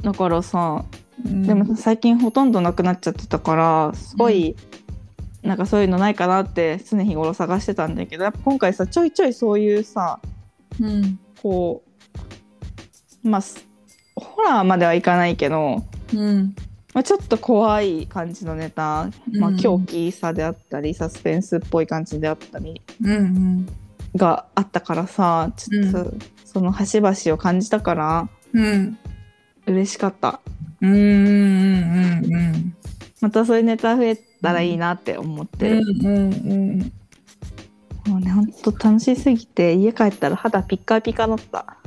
だからさ、うん。でも。最近ほとんどなくなっちゃってたからすごい、なんかそういうのないかなって常日頃探してたんだけどやっぱ今回さちょいちょいそういうさうん。こうまあすホラーまではいかないけどうん。まあ、ちょっと怖い感じのネタ、まあ、うん狂気さであったり、サスペンスっぽい感じであったりうんうんがあったからさちょっと、その端々を感じたからうん嬉しかったうんうんうんうんまたそういうネタ増えたらいいなって思ってる、うんうんうんもうねほんと楽しすぎて家帰ったら肌ピッカピカだった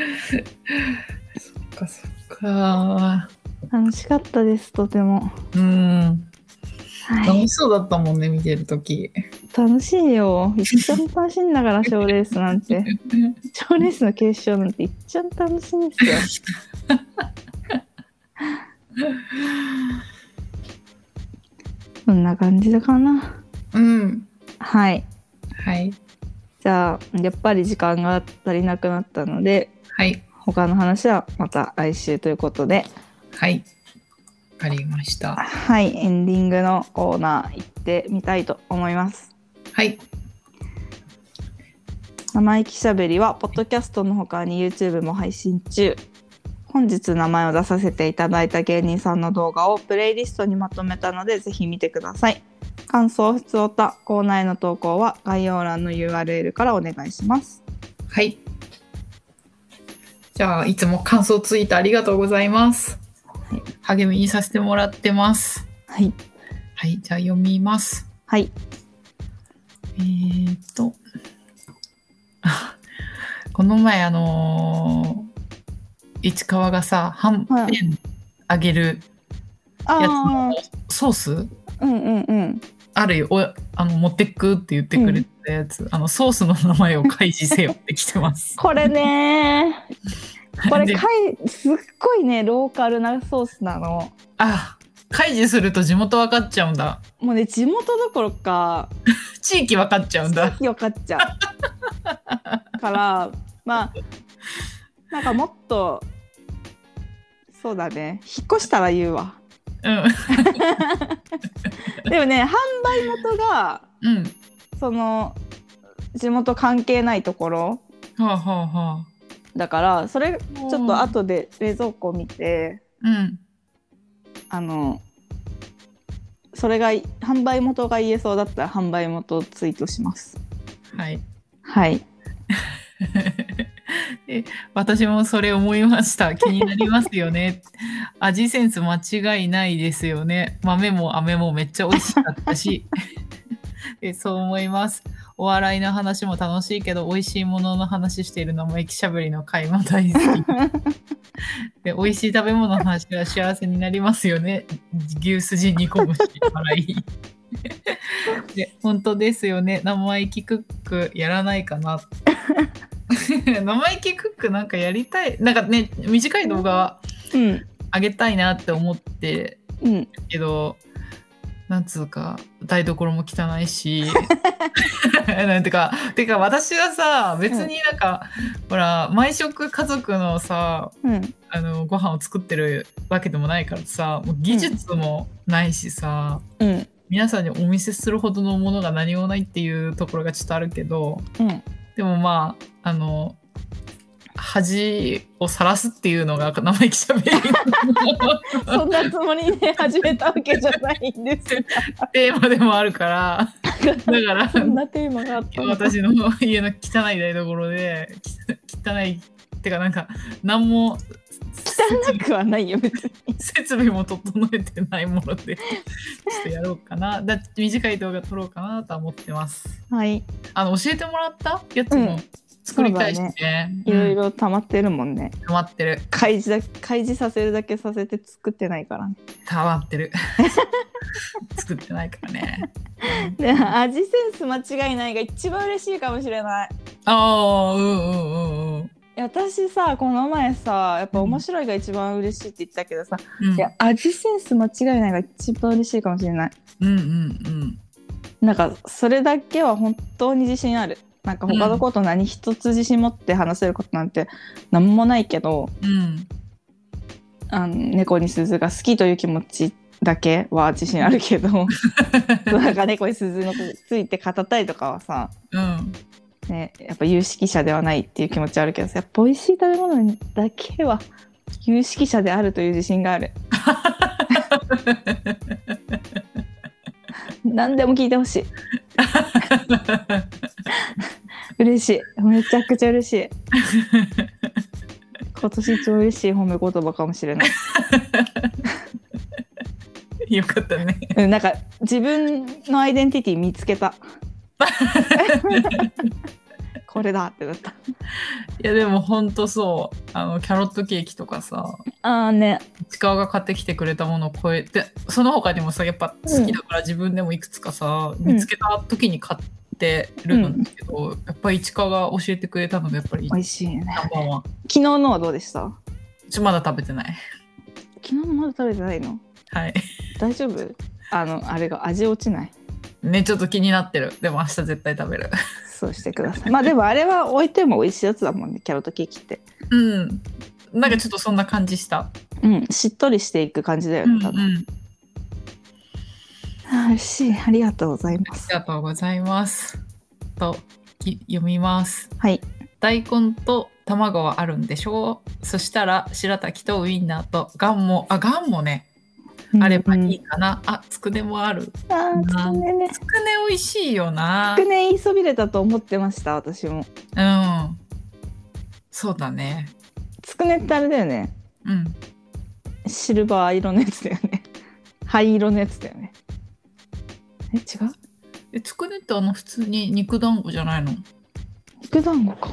そっかそっか楽しかったですとても、うん楽はいし、そうだったもんね見てる時楽しいよ一番楽しいんだから賞レースなん て賞レースの決勝なんて一番楽しいん ですよこんな感じかなうんはいはいじゃあやっぱり時間が足りなくなったのではい他の話はまた来週ということではいわかりましたはいエンディングのコーナー行ってみたいと思いますはい生意気しゃべりはポッドキャストのほかに YouTube も配信中本日名前を出させていただいた芸人さんの動画をプレイリストにまとめたのでぜひ見てください感想普通おたコーナーへの投稿は概要欄の URL からお願いしますはいじゃあいつも感想ツイートありがとうございますい励みにさせてもらってますはいはいじゃあ読みますはいえー、っと、 あこの前、あのー市川がさ、はんはいぺんあげるやつあのソースあうんうんうんあるよ、おあの持ってくって言ってくれたやつ、あのソースの名前を開示せよって来てます。これねーこれでかいすっごいねローカルなソースなのあ、開示すると地元分かっちゃうんだ。もうね地元どころか地域分かっちゃうんだ。よかっちゃうからまあなんかもっとそうだね引っ越したら言うわうん。でもね販売元がうん。その地元関係ないところはあはあはあ。だからそれちちょっと、後で冷蔵庫見てうん。あのそれが販売元が言えそうだったら販売元をツイートしますはい。はいで私もそれ思いました気になりますよね味センス間違いないですよね豆も飴もめっちゃ美味しかったし でそう思いますお笑いの話も楽しいけど美味しいものの話しているのも駅しゃべりの会も大好きで美味しい食べ物の話は幸せになりますよね牛すじ煮込むし笑いで本当ですよね生意気クックやらないかな生意気クックなんかやりたいなんかね短い動画うんあげたいなって思ってうんるけどなんつうか台所も汚いしなんてかてか私はさ別になんか、ほら毎食家族のさうんあのご飯を作ってるわけでもないからさもう技術もないしさ、うん皆さんにお見せするほどのものが何もないっていうところがちょっとあるけど、うんでもまああの恥を晒すっていうのが生意気しゃべりのそんなつもりで始めたわけじゃないんですよ。テーマでもあるからだからそんなテーマがあったの。私の家の汚い台所で汚いってかなんか何も汚くはないよ別に。設備も整えてないものでちょっとやろうかなだ短い動画撮ろうかなとは思ってますはい。あの教えてもらったやつも作りたいしね,うん、いろいろ溜まってるもんね。溜まってる開示だ開示させるだけさせて作ってないからね。たまってる 作ってないからねで味センス間違いないが一番嬉しいかもしれない。ああうんうんうんうんいや私さこの前さやっぱ面白いが一番嬉しいって言ったけどさ、うんいや味センス間違いないが一番嬉しいかもしれない。うんうんなんかそれだけは本当に自信ある。なんか他のこと何一つ自信持って話せることなんて何もないけど、うんうんあの猫に鈴が好きという気持ちだけは自信あるけどなんか猫に鈴のことについて語ったりとかはさうんね、やっぱ有識者ではないっていう気持ちはあるけどさやっぱ美味しい食べ物だけは有識者であるという自信があ る何でも聞いてほしい嬉しいめちゃくちゃ嬉しい今年一番嬉しい褒め言葉かもしれない、 よかったね。うん、なんか自分のアイデンティティ見つけ たこれだってなったいやでもほんとそうあのキャロットケーキとかさああね市川が買ってきてくれたものを超えてその他にもさやっぱ好きだから自分でもいくつかさ、ん見つけた時に買ってるんだけど、やっぱり市川が教えてくれたのでやっぱり美味しいねナンバーワン昨日のはどうでしたうちまだ食べてない昨日のまだ食べてないのはい大丈夫あのあれが味落ちないねちょっと気になってるでも明日絶対食べるそうしてくだ さいまあでもあれは置いても美味しいやつだもんねキャロットケーキってうんなんかちょっとそんな感じした、うんしっとりしていく感じだようんうねん、多分、ああー嬉しいありがとうございまりすがとうございますとき読みますはい大根と卵はあるんでしょうそしたら白滝とウインナーとガンもあガンもねあればいいかな、あつくねもあるうんあーつくねねつくね美味しいよなつくね言いそびれたと思ってました私もうんそうだねつくねってあれだよねうんシルバー色のやつだよね 灰色のやつだよねえ違うえつくねってあの普通に肉団子じゃないの肉団子か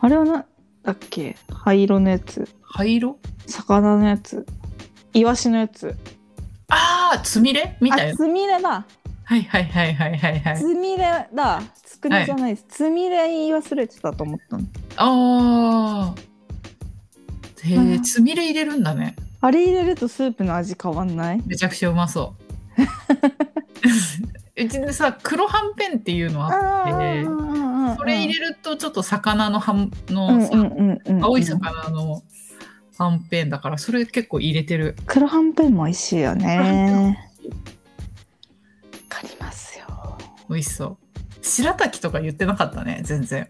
あれはなだっけ灰色のやつ灰色魚のやつイワシのやつああつみれみたいあなつみれだはいはいはいはいはいはいつみれだつくねじゃないです、つみれ言い忘れてたと思ったのあーへうえんつみれ入れるんだねあれ入れるとスープの味変わんないめちゃくちゃうまそう うちでさ黒はんぺんっていうのあっあへーあそれ入れるとちょっと魚のはんうんのさ、うんうんうんうん青い魚のはんぺんだからそれ結構入れてる黒はんぺんも美味しいよねわかりますよ美味しそう白滝とか言ってなかったね全然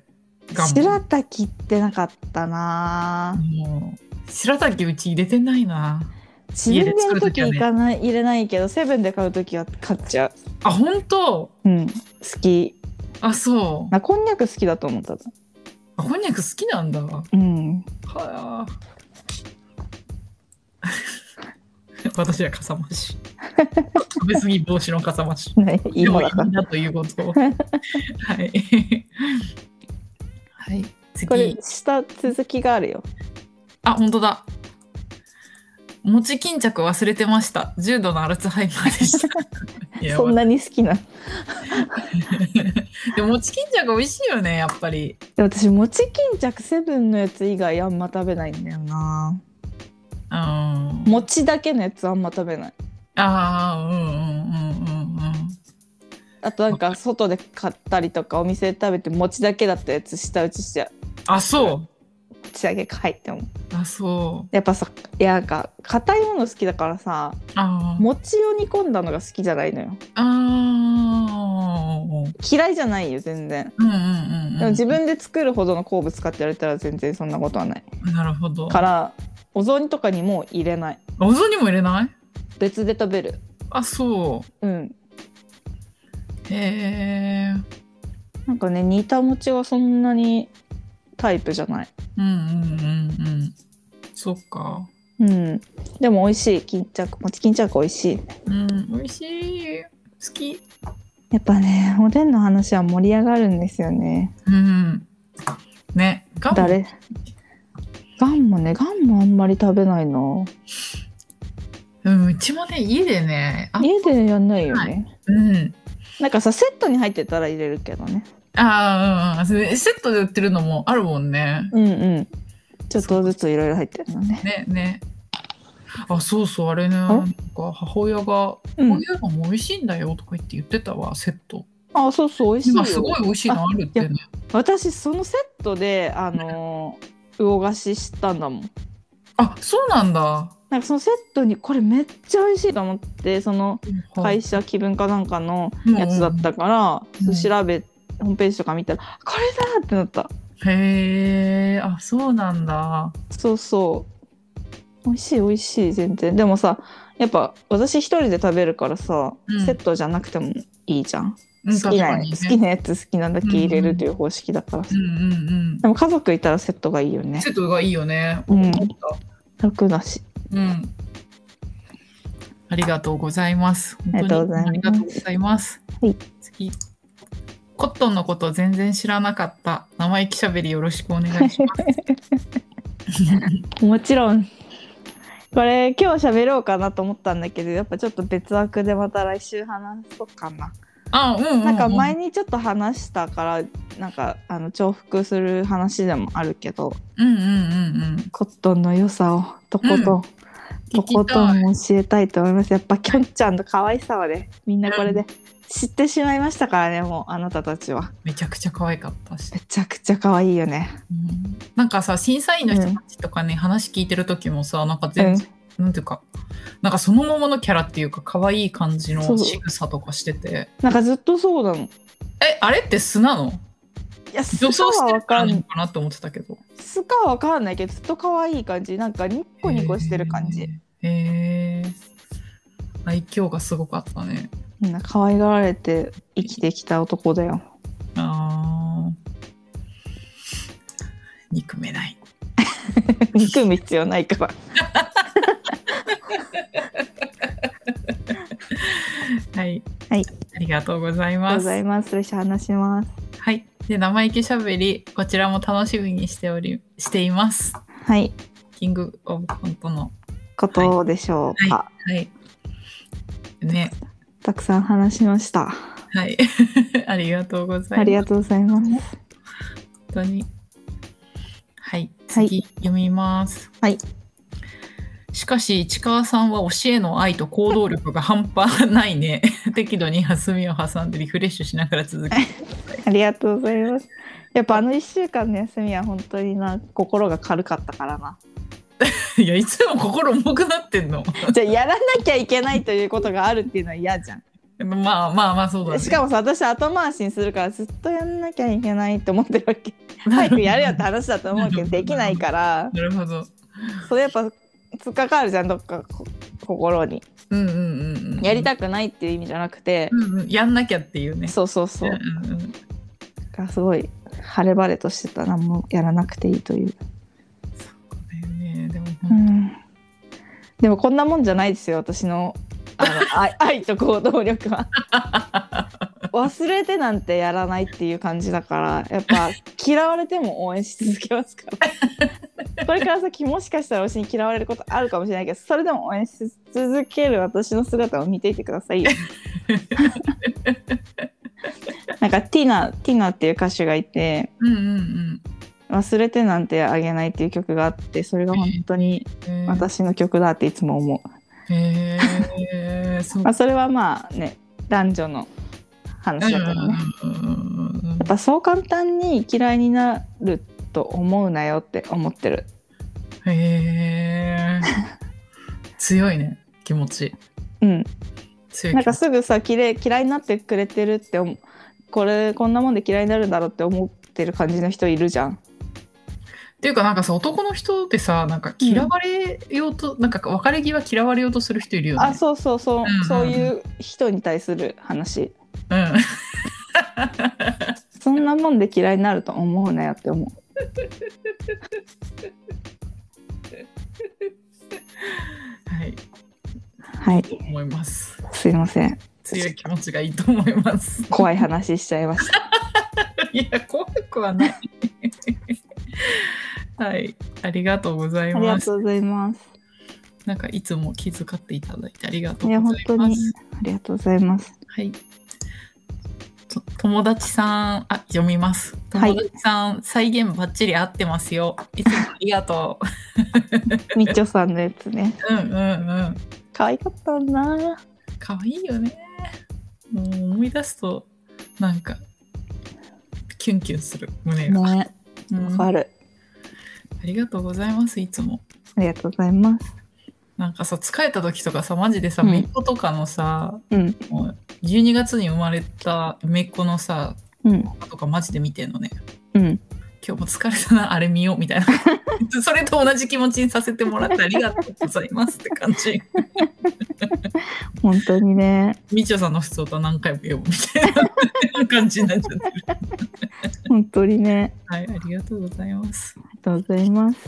ガンも白滝ってなかったなもう白滝うち入れてないな自分でやるとき家で作る時行かはねない入れないけどセブンで買うときは買っちゃあ本当ううん好きあそうなこんにゃく好きだと思ったあこんにゃく好きなんだはうんあ私はかさ増し食べ過ぎ防止のかさ増しね いいもだだかだらということをはい。はい。これ次。下続きがあるよあ、本当だ。餅巾着忘れてました。重度のアルツハイマーで した。いやそんなに好きな でも餅巾着美味しいよね、やっぱり。で私餅巾着セブンのやつ以外あんま食べないんだよなうん。あ餅だけのやつあんま食べないあー、うんうんうんうんうん。あとなんか外で買ったりとかお店で食べて餅だけだったやつ下打ちしちゃうあ、そう。餅だけかいって思うあ、そう。やっぱさいやなんか硬いもの好きだからさあー餅を煮込んだのが好きじゃないのよあー。嫌いじゃないよ全然うんうんうんうん。でも自分で作るほどの好物かって言われたら全然そんなことはないなるほど。からお雑煮とかにも入れないお雑煮も入れない別で食べるあ、そうんう。へえ。なんかね煮た餅はそんなにタイプじゃないうんうんうんうん。そっか。うんでも美味しい巾着餅巾着美味しいうん、美味しい。好き。やっぱねおでんの話は盛り上がるんですよねうん。ね、ガム。誰ガンもねガンもあんまり食べないなうん、うちもね、家でね、あ、家でやんないよね、はうん。なんかさセットに入ってたら入れるけどねああ、うんうんそれ。セットで売ってるのもあるもんね。うんうんちょっとずついろいろ入ってるのねね、ね。あ、そうそう、あれね、なんか母親が、こううんいうのも美味しいんだよとか言って言ってたわ、セット。あそうそう美味しいよ今すごい美味しいのあるってね。私そのセットであのー魚菓子知ったんだもんあ、そうなんだ。なんかそのセットにこれめっちゃ美味しいと思ってそのは会い社気分かなんかのやつだったから、うんそう調べホームページとか見たらこれだってなったへえあそうなんだそうそう美味しい美味しい全然でもさやっぱ私一人で食べるからさ、うんセットじゃなくてもいいじゃんうん好きな、確かにね好きなやつ好きなだけ入れるという方式だからさ、うんうんでも家族いたらセットがいいようんねセットがいいよねうん楽だしうんありがとうございます。ありがとうございます本当にありがとうございます。はい次。コットンのこと全然知らなかった。生意気しゃべりよろしくお願いし ます。 もちろんこれ今日喋ろうかなと思ったんだけどやっぱちょっと別枠でまた来週話そうかな、あ、うん、うんうん。なんか前にちょっと話したからなんかあの重複する話でもあるけどうんうんうんうん。コットンの良さをとことん、うんとこ聞きとたい。ん教えたいと思いますやっぱきょんちゃんの可愛さはねみんなこれうで知ってしまいましたからねもうあなたたちはめちゃくちゃ可愛かったし。めちゃくちゃ可愛いよねうんなんかさ、審査員の人たちとかね、話聞いてる時もさ、なんかう全ん然、なんていうか、なんかそのままのキャラっていうか、可愛い感じそうの仕草とかしてて。なんかずっとそうなのいえ、あれって素なのや素女装顔してはるわかからんなのかなって思ってたけど。素顔はわかんないけどずっと可愛い感じなんかニッコニコしてる感じ、へえ愛嬌がすごかったねみんな可愛がられて生きてきた男だ よあー憎めない憎む必要ないからはい、はい、ありがとうござありいがとうまごすざいます来週話しますはいで生意気しゃべりこちらも楽しみにしておりしていますはいキングオブコントのことでしょうか、はいねたくさん話しましたはい ありがとうございますありがとうございます本当に。ははい、い次読みます。はい。しかし市川さんは教えの愛と行動力が半端ないね。 適度に休みを挟んでリフレッシュしながら続け。ありがとうございますやっぱあの1週間の休みは本当にな心が軽かったからないやいつも心重くなってんの。じゃあやらなきゃいけないということがあるっていうのは嫌じゃんまあまあまあそうだね。しかもさ私後回しにするからずっとやんなきゃいけないって思ってるわけ早くやれよって話だと思うけどできないから なるほど。それやっぱ突っかかるじゃんどっかこ心にうんうんうんうん。やりたくないっていう意味じゃなくてう、んうんやんなきゃっていうね。そうそうそうだんうんうん。からすごい晴れ晴れとしてた何もやらなくていいという、そうだよね。でも本当うにん、でもこんなもんじゃないですよ私のあの愛愛と行動力は忘れてなんてやらないっていう感じだからやっぱ嫌われても応援し続けますからこれから先もしかしたら私に嫌われることあるかもしれないけどそれでも応援し続ける私の姿を見ていてくださいよなんかティナティナっていう歌手がいてうんうんうん「忘れてなんてあげない」っていう曲があってそれが本当にえー。私の曲だっていつも思う。へえー。そうまあ、それはまあね男女の話だからね、やうんうんうんうんうんっぱそう簡単に嫌いになると思うなよって思ってるへえ強いね気持ちうん強いなん気か持ちすぐさ嫌い嫌いになってくれてるって思うこれこんなもんで嫌いになるんだろうって思ってる感じの人いるじゃんっていうかなんかさ男の人ってさなんか嫌われようと、なんか別れ際嫌われようとする人いるよねあそうそうそう、んうんそういう人に対する話う、ん、そんなもんで嫌いになると思うなよって思うはいはい思いますすいません強い気持ちがいいと思います怖い話しちゃいましたいや怖くはないはいありがとうございありがますとうございますなんかいつも気遣っていただいてありがというやご本ざい当まにすありがとうございますはい。と友達さん、あ、読みます。はい友達さん、再現ばっちり合ってますよ。いつもありがとう。みっちょさんのやつね うんうんうん。可愛かったな可愛いよね。もう思い出すと、なんか、キュンキュンする、胸が。ねうんわかあるりがとうございます、いつも。ありがとうございますなんかさ、疲れた時とかさ、マジでさ、うんめっ子とかのさ、うんもう12月に生まれためっ子のさ、うんとかマジで見てんのねうん今日も疲れたなあれ見ようみたいな それと同じ気持ちにさせてもらってありがとうございますって感じ本当にねみちおさんの普通歌何回も読むみたいな感じになっちゃってる本当にねはいありがとうございますありがとうございます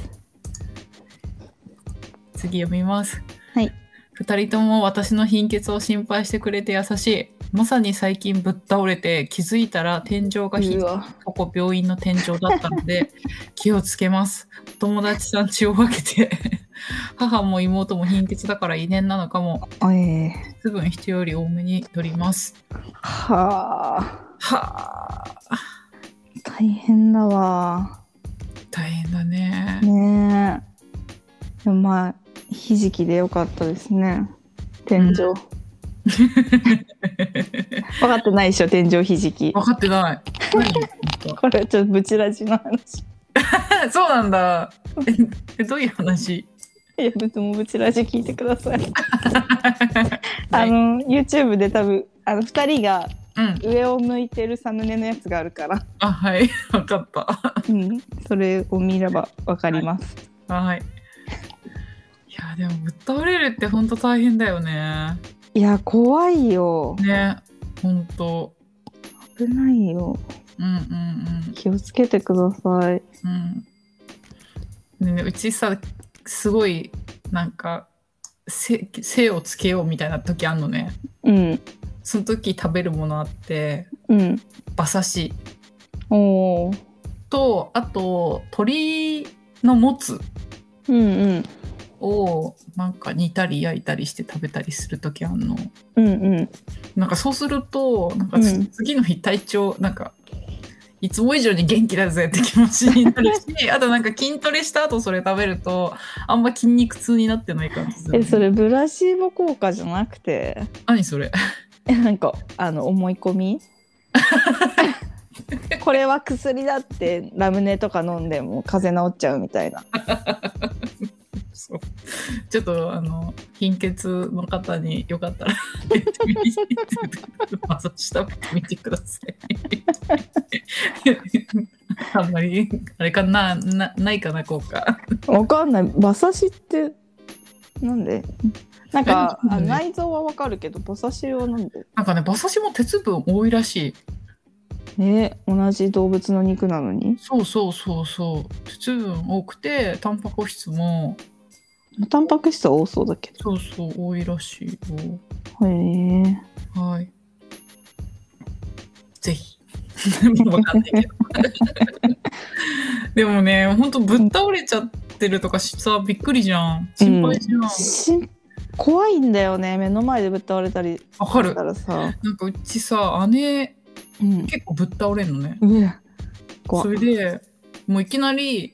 次読みます。はい。二人とも私の貧血を心配してくれて優しい。まさに最近ぶっ倒れて気づいたら天井がひうわここ病院の天井だったので 気をつけます。友達さん血を分けて 母も妹も貧血だから遺伝なのかもええ水分人より多めに取ります。はあはあ大変だわ大変だね。ねえでもまあひじきでよかったですね天井、 う分かってないでしょ天井ひじき分かってない。何言ってんのこれはちょっとブチラジの話 そうなんだ。ええどういう話いや別にもうブチラジ聞いてくださいあの YouTube で多分あの2人がうん、上を向いてるサムネのやつがあるから、あはい分かったうん、それを見ればわかります、はいいやでもぶっ倒れるってほんと大変だよねい、や怖いよねほんと危ないようんうん気をつけてくださいうんうんねねうちさすごいなんかせ精をつけようみたいな時あんのねうんその時食べるものあってうん馬刺しおーとあと鶏のもつうんうんをなんか煮たり焼いたりして食べたりする時あんのうんうんなんかそうするとなんかうん次の日体調、なんかいつも以上に元気だぜって気持ちになる しあとなんか筋トレした後それ食べるとあんま筋肉痛になってない感じするえそれブラシーボ効果じゃなくて何それえなんかあの思い込 みこれは薬だってラムネとか飲んでも風邪治っちゃうみたいなそう ちょっとあの貧血の方によかったら やってみてマッサージ食べてみてください あんまりあれかななないかな効果わかんない馬刺しってなんでなんか、えなんあで内臓はわかるけど馬刺しはなんでなんかね馬刺しも鉄分多いらしいね同じ動物の肉なのにそうそうそうそう鉄分多くてタンパク質もタンパク質は多そうだけそうそう多いらしいどへえよはいぜひ もうわかんないけどでもねほんとぶっ倒れちゃってるとかしさびっくりじゃん心配じゃん、わし怖いんだよね目の前でぶっ倒れたりかるたらさ、なんかうちさ姉うん、結構ぶっ倒れんのねうわ怖それでもういきなり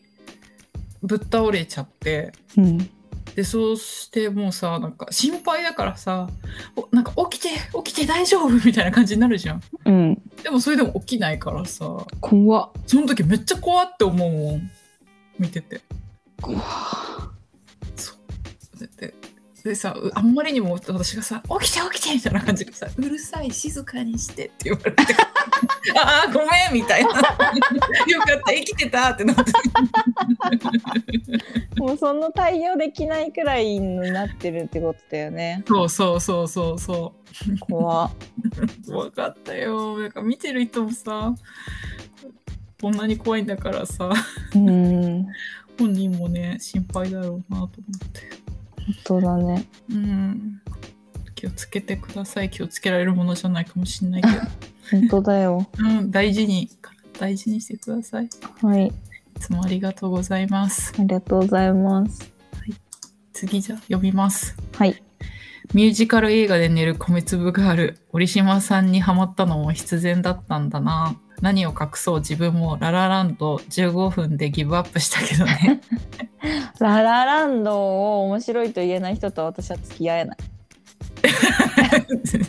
ぶっ倒れちゃってうんでそうしてもうさなんか心配だからさおなんか起きて起きて大丈夫みたいな感じになるじゃんうんでもそれでも起きないからさ怖っその時めっちゃ怖って思うもん見てて怖っそうでででさうあんまりにも私がさ「起きて起きて」みたいな感じでさ「うるさい静かにして」って言われ て「ああごめん」みたいな「よかった生きてた」ってなってもうその対応できないくらいになってるってことだよねそうそうそうそうそう怖っ分かったよなんか見てる人もさこんなに怖いんだからさ うん本本人もね心配だろうなと思って当だねうん気をつけてください気をつけられるものじゃないかもしれないけ本当だよど、うん、大事に大事にしてくださいいはいつもありがとうございますありがとうございます次じゃ読みますはいミュージカル映画で寝る米粒ガール折島さんにハマったのも必然だったんだな何を隠そう自分もララランド15分でギブアップしたけどね ララランドを面白いと言えない人と私は付き合え ない。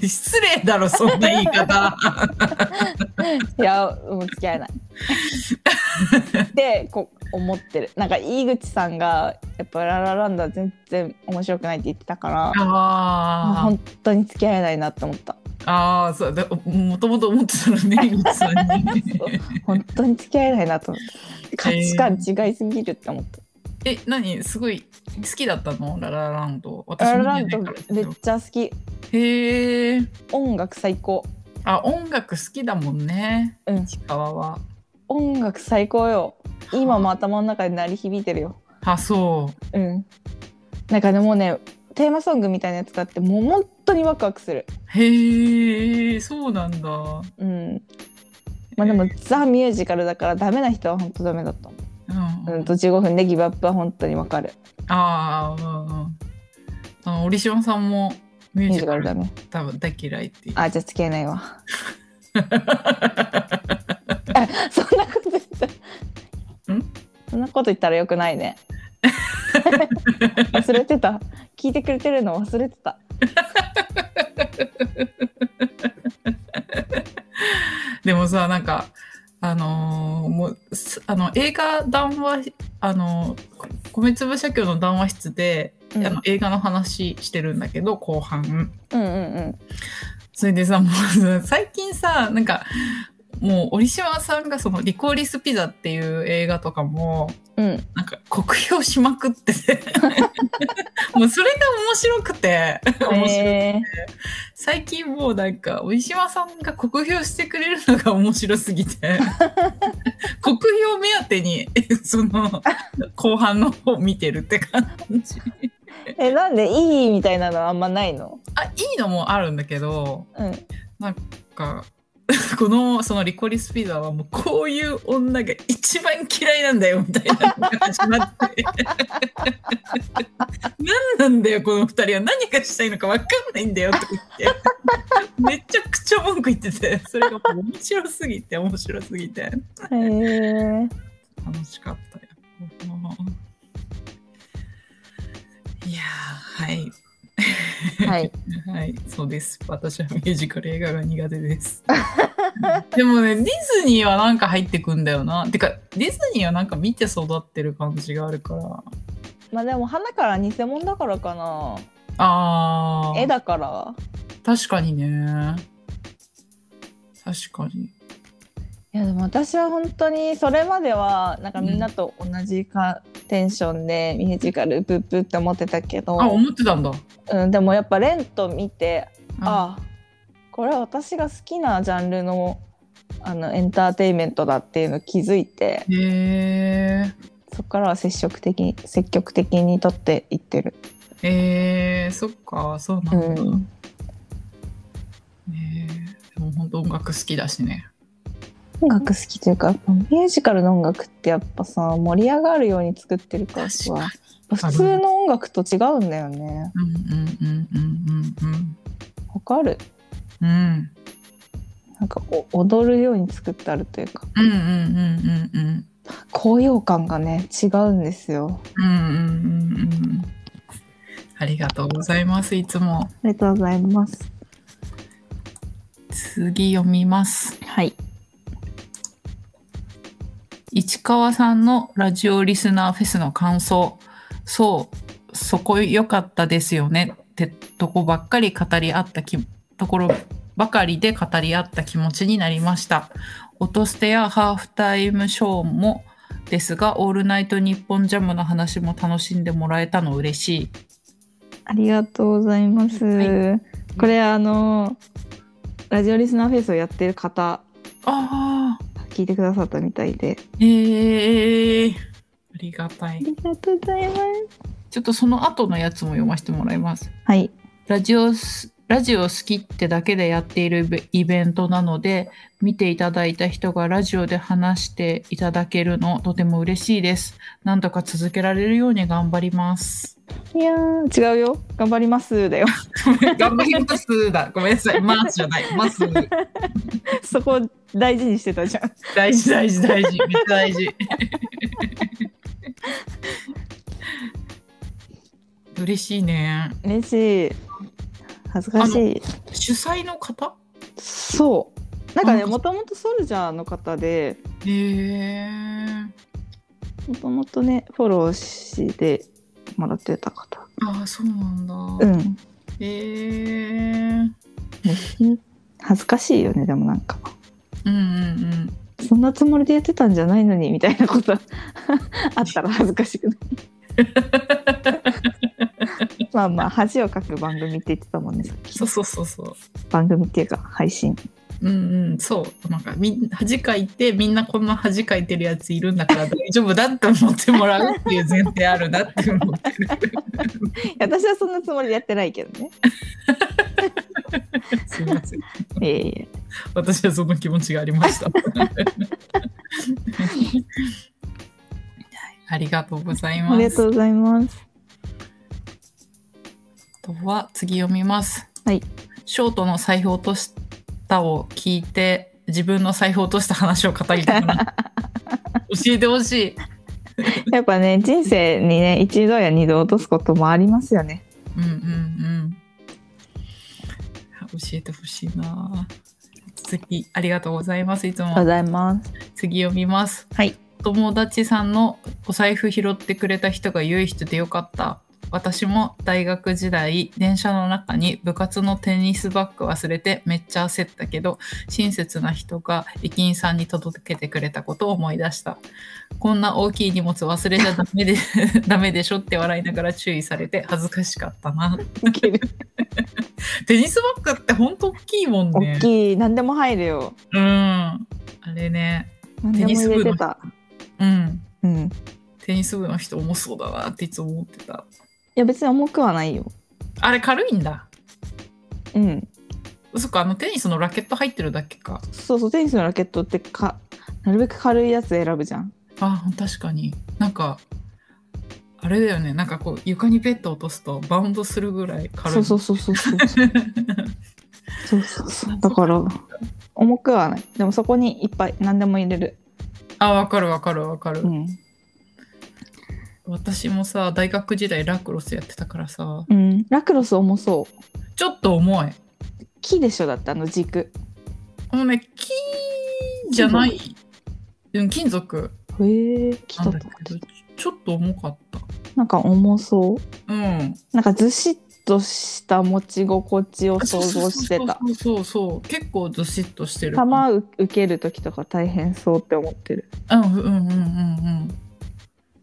失礼だろそんな言い方いや、もう付き合え ない。で、こう思ってる。なんか井口さんがやっぱララランドは全然面白くないって言ってたから、もうあ本当に付き合えないなって思った。ーああそうだもともと思ってたらねゆうさんに本当に付き合えないなと思って価値観違いすぎるって思った、え何すごい好きだったのララランド私ラもララ見ンてドないからめけっどちゃ好きへえ音楽最高あ音楽好きだもんねうん市川は音楽最高よ今も頭の中で鳴り響いてるよあそううんなんかねもうねテーマソングみたいなやつがあってもう本当にワクワクするへえそうなんだうんまあでもザ・ミュージカルだからダメな人は本当ダメだと思うん、ううんと15分でギブアップは本当にわかるああうんうんあのオリシオンさんもミュミーュージジカカルルダメ多分大嫌いっていうあじゃあ付き合えない わそんなこと言ったらんそんなこと言ったらよくない ね忘れてた聞いてくれてるの忘れてたでもさなんかあのーもうすあの映画談話あのこ米粒社協の談話室で、うんあの映画の話してるんだけど後半うんうんうんそれでさもうさ最近さなんかもう折島さんがその「リコーリス・ピザ」っていう映画とかもうんなんか酷評しまくっててもうそれが面白くて面白いえ最近もうなんか折島さんが酷評してくれるのが面白すぎて酷評目当てに えその後半の方見てるって感じー えなんでいいみたいなのはあんまないのあいいのもあるんだけどうんなんか このそのリコリスピザはもうこういう女が一番嫌いなんだよみたいなのが始まって 何なんだよこの二人は何がしたいのか分かんないんだよとか言って めちゃくちゃ文句言っててそれがもう面白すぎて面白すぎてへえ楽しかったよ。いやーはい はいはい、そうです。私はミュージカル映画が苦 手です。でもね、ディズニーはなんか入ってくんだよな。てか、ディズニーはなんか見て育ってる感じがあるから。まあでも花から偽物だからかなあ絵ー、だから確かにね。確かに。いやでも私は本当にそれまではなんかみんなと同じか、テンションでミュージカルブッブって思ってたけどあ、、思ってたんだ。うん、でもやっぱ「レント」見てああこれは私が好きなジャンルのあのエンターテインメントだっていうの気づいてへえそこからは積極的に積極的に取っていってる。ー、えー、そっか、そうなうんだ。ん、ねえでも本当音楽好きだしね。音楽好きというかミュージカルの音楽ってやっぱさ盛り上がるように作ってるから確さかに普通の音楽と違うんだよね。うんうんうんうんうんわかるうん。うんなんかお踊るように作ってあるというかうんうんうんうんうん。高揚感がね違うんですよ。うんうんうんうん。ありがとうございます。いつもありがとうございます。次読みます。はい。市川さんのラジオリスナーフェスの感想。そう、そこ良かったですよね。ってとこばっかり語り合ったき、ところばかりで語り合った気持ちになりました。音捨てやハーフタイムショーもですが、オールナイトニッポンジャムの話も楽しんでもらえたの嬉しい。ありがとうございます。はこれあのラジオリスナーフェスをやってる方ああ、聞いてくださったみたいでええありがたいあ。りがとうございます。ちょっとその後のやつも読ませてもらいます。はい。ラジオす、ラジオ好きってだけでやっているイベイベントなので、見ていただいた人がラジオで話していただけるの、とても嬉しいです。なんとか続けられるように頑張ります。いやー違うよ頑張ります だよ 頑張りますだ。ごめんなさい。まーじゃない。ます。そこ大事にしてたじゃん。大事大事大 事。めっちゃ大事。嬉しいね。嬉しい恥ずかしい。主催の方そうなんかねあもともとソルジャーの方でへえ。もともとねフォローしてもらってた方。ああ、そうなんだ。うん。へえ。ね恥ずかしいよねでもなんかうんうんそんなつもりでやってたんじゃないのにみたいなこと あったら恥ずかし くないまあまあ恥をかく番組って言ってたもんねさっきそうそうそうそう番組っていうか配信うんうん、そうなんかみん恥かいてみんなこんな恥かいてるやついるんだから大丈夫だって思ってもらうっていう前提あるなって思ってるいや私はそんなつもりでやってないけどねすいませんいやいや私はその気持ちがありま したはいありがとうございあまりがすとうございますあとは次読みます。はい。ショートの財布落としたを聞いて、自分の財布落とした話を語りたく なる。教えてほしい。 やっぱね人生にね一度や二度落とすこともありますよねうんうんうん。教えてほしいな。次、ありがとうございます。いつありがとうごも。ざいます次読みます。はい。友達さんのお財布拾ってくれた人が良い人でよかった。私も大学時代電車の中に部活のテニスバッグ忘れてめっちゃ焦ったけど親切な人が駅員さんに届けてくれたことを思い出したこんな大きい荷物忘れちゃダメで ダメでしょって笑いながら注意されて恥ずかしかったなテニスバッグってほんと大きいもんね大きい何でも入るようんあれね何でも入れてたうんうんいテニス部の人重そうだなっていつも思ってたや別に重くはないよあれ軽いんだうんそっかあのテニスのラケット入ってるだけかそうそうテニスのラケットってかなるべく軽いやつ選ぶじゃんあ確かになんかあれだよねなんかこう床にペット落とすとバウンドするぐらい軽いそうそうそうそうそうそうそうそうだから重くはないでもそこにいっぱい何でも入れる あわかるわかるわかる、うん、私もさ大学時代ラクロスやってたからさうん、ラクロス重そうちょっと重い木でしょだってあの軸もうね木じゃないうん金属へえ木なんだだと思っけてどちょっと重かったなんか重そううんなんかずしっとした持ち心地を想像してたそうそうそうそう結構ずしっとしてる球う受ける時とか大変そうって思ってるうんうんうんうんうん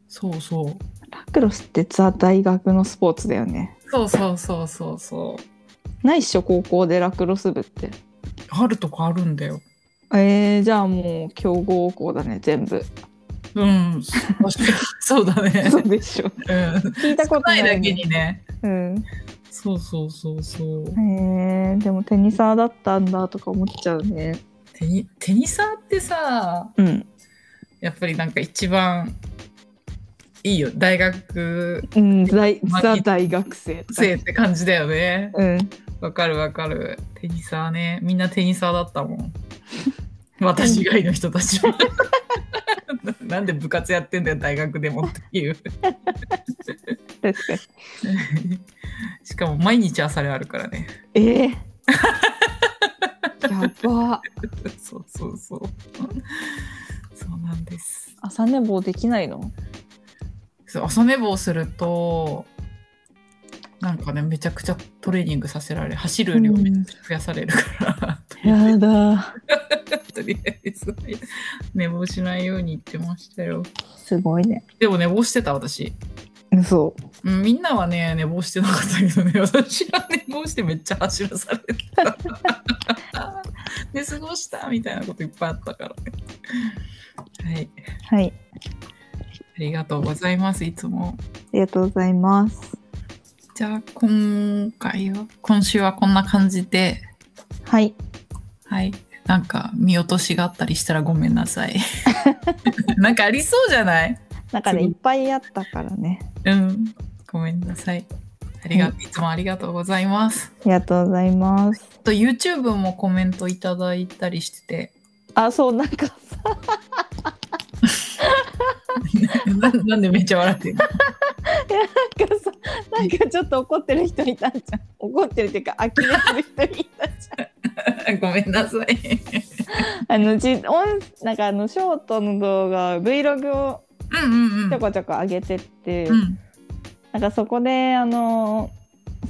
そうそうラクロスってザ大学のスポーツだよねそうそうそうそうそうないっしょ高校でラクロス部ってあるとこあるんだよえー、じゃあもう強豪校だね全部うん確かにそうだ ねそうでしょうん聞いたことなないいねだけにねうんそうそうそうそうえー、でもテニサーだったんだとか思っちゃうねテニテニサーってさうんやっぱりなんか一番いいよ大学うん大まあザ大学生とか生って感じだよねうんわかるわかるテニサーねみんなテニサーだったもん私以外の人たちは ななんで部活やってんだよ大学でもっていう 確かにしかも毎日朝れあるからね。 えーやばそうそうそう。そうなんです。朝寝坊できないのそう朝寝坊すると、なんかね、めちゃくちゃトレーニングさせられ、走る量めっちゃ増やされるから、やだ とりあえず寝坊しないように言ってましたよ。すごいねでも寝坊してた私。そうんみんなはね、寝坊してなかったけどね、 私は寝坊してめっちゃ走らされてた。 寝過ごしたみたいなこといっぱいあったからね。はい、うはいありがとうございます、いつも。ありがとうございますじゃあ、今回は、今週はこんな感じで、はいはい、なんか見落としがあったりしたらごめんなさい。 なんかありそうじゃないなんかねいっぱいあったからねうん、ごめんなさい。ありがいつもありがとうございます。ありがとうございますあと YouTube もコメントいただいたりしてて、あそうなんかさ ななんでめっちゃ笑ってんの なんかさなんかちょっと怒ってる人いたんじゃん怒ってるっていうか呆れてる人いたじごめんなさい。ゃんあのじ音なんかあのショートの動画 Vlog をうんうんうん。ちょこちょこ上げてって、うんなんかそこであの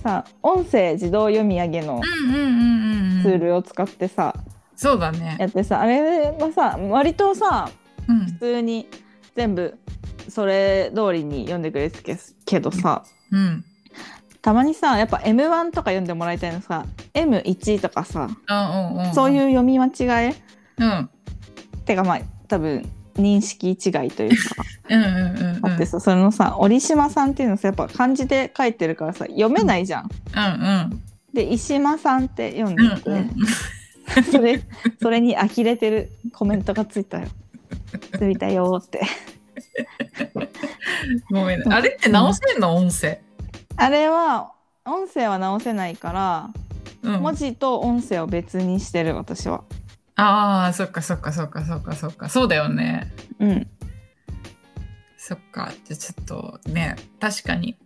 さ音声自動読み上げのうんうんうんうんツールを使ってさ、そうだねやってさあれはさ割とさうん普通に全部それ通りに読んでくれてたけどさうんたまにさやっぱ M1 とか読んでもらいたいのさ M1 とかさ、あうんうんそういう読み間違えうんてかまあ多分認識違いというかうんうんうんうんあってさ、そのさ折島さんっていうのさやっぱ漢字で書いてるからさ読めないじゃん。うんで石間さんって読んうんでて、うんうんそれそれに呆れてるコメントがついたよ。ついたよーって。ごめんねあれって直せんの音声あれは音声は直せないから、うん文字と音声を別にしてる私は。ああそっかそっかそっかそっかそっかそうだよねうん。そっかじゃあちょっとね確かに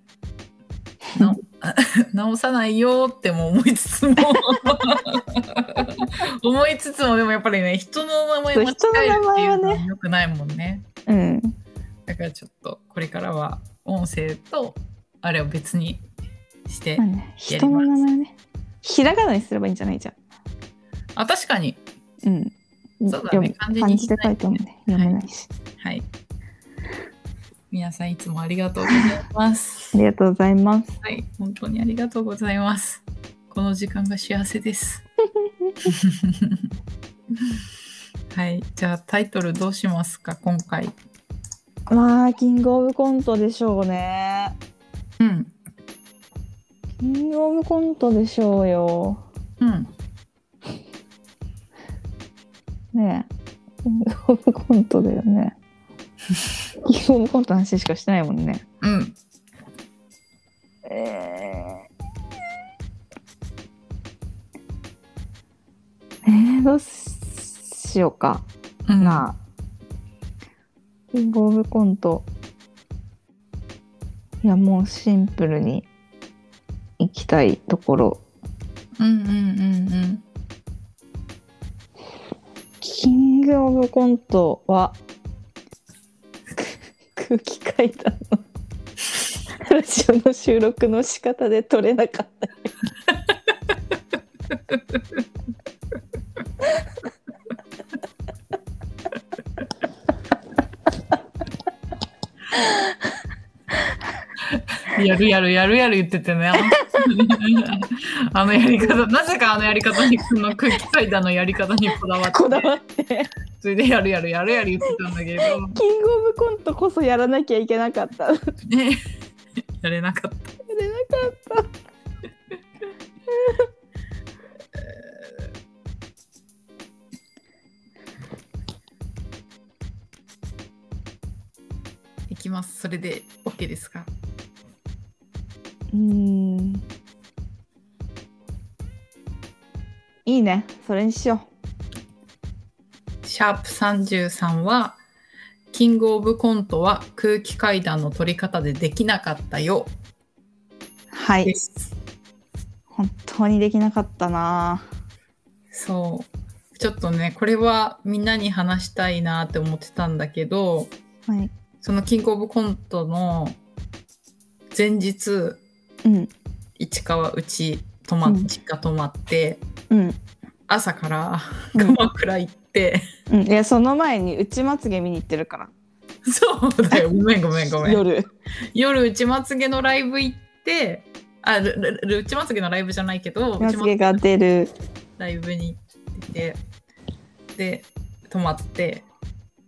な 直さないよーっても思いつつも 思いつつもでもやっぱりね人の名前間違えるっていうのは良くないもんねうん。だからちょっとこれからは音声とあれを別にして、まあね人の名前ね。ひらがなにすればいいんじゃないじゃあ確かにん。うん。そうだ読ねむ漢漢字に字で書いてもね読めないし。はい皆さんいつもありがとうございますありがとうございます。はい、本当にありがとうございます。この時間が幸せです。はい、じゃあタイトルどうしますか今回。まあキングオブコントでしょうね。うん、キングオブコントでしょうよ。うん、ねえ。キングオブコントだよね。 キングオブコントの話しかしてないもんね。うん。えー、えー、どうしようかうん、な。キングオブコント。いや、もうシンプルに行きたいところ。うんうんうんキングオブコントは 空気階段のラジオの収録の仕方で撮れなかった。うん。やるやるやるやる言っててね。あのやり方、なぜかあのやり方に、その空気階段のやり方にこだわって、こだわってそれでやるやるやるやる言ってたんだけど、キングオブコントこそやらなきゃいけなかった。やれなかね、 やれなかった。った。いきます。それで OK ですかうーん。いいね。それにしよシャープ33は、キングオブコントは空気階段の取り方でできなかったよ。う。はでい。す。本当にできなかったな。そう。ちょっとね、これはみんなに話したいなって思ってたんだけど、はい。そのキングオブコントの前日、うん。市川うち泊まっ、うん実家泊まって、うん。朝からうん鎌倉行って、うん、いやその前にうちまつげ見に行ってるからそうだよ、ごめんごめんごめん。夜夜内まつげのライブ行ってあるるる内まつげのライブじゃないけどま内つげが出るライブに行ってで泊まって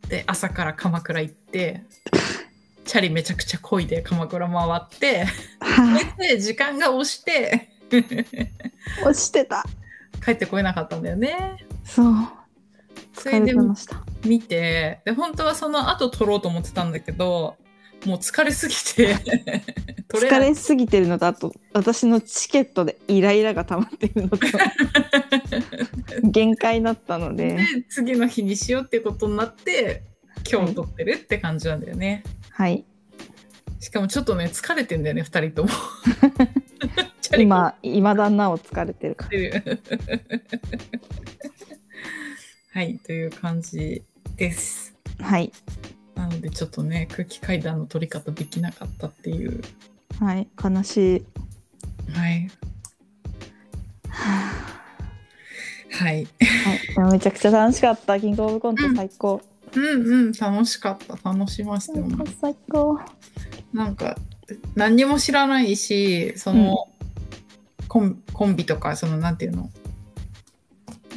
で朝から鎌倉行ってチャリめちゃくちゃ漕いで鎌倉 回ってはあで時間が押して 落ちてた帰ってこえなかったんだよね。そうそれ疲れでてました見てで本当はその後撮ろうと思ってたんだけどもう疲れすぎて撮 れ疲なれすぎてるのとあと私のチケットでイライラが溜まっているの と限界だったのでで次の日にしようってことになって今日撮ってるって感じなんだよね、はいしかもちょっとね疲れてんだよね2人とも チャリこ今今だなお疲れてるかってるはいという感じですらはいなのでちょっとね空気階段の撮り方できなかったっていうはい悲しいはいはあはい。はい、めちゃくちゃ楽しかった。キングオブコント最高。うんうん、楽しかった。楽しませてもらっ最高。た。なんか、何にも知らないし、その、コンコンビとか、その、なんていうの、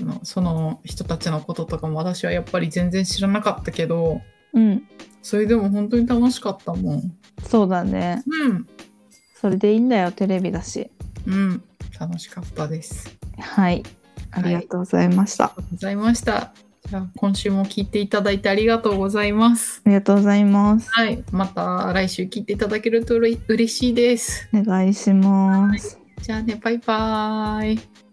あのその人たちのこととかも私はやっぱり全然知らなかったけど、うん、それでも本当に楽しかったもん。そうだね。うん、それでいいんだよ、テレビだし。うん、楽しかったです。はい、ありがとうございました。ありがとうございました。じゃあ、今週も聞いていただいてありがとうございます。ありがとうございます。はい、また来週聞いていただけるとうれ嬉しいです。お願いします。じゃあね、バイバーイ。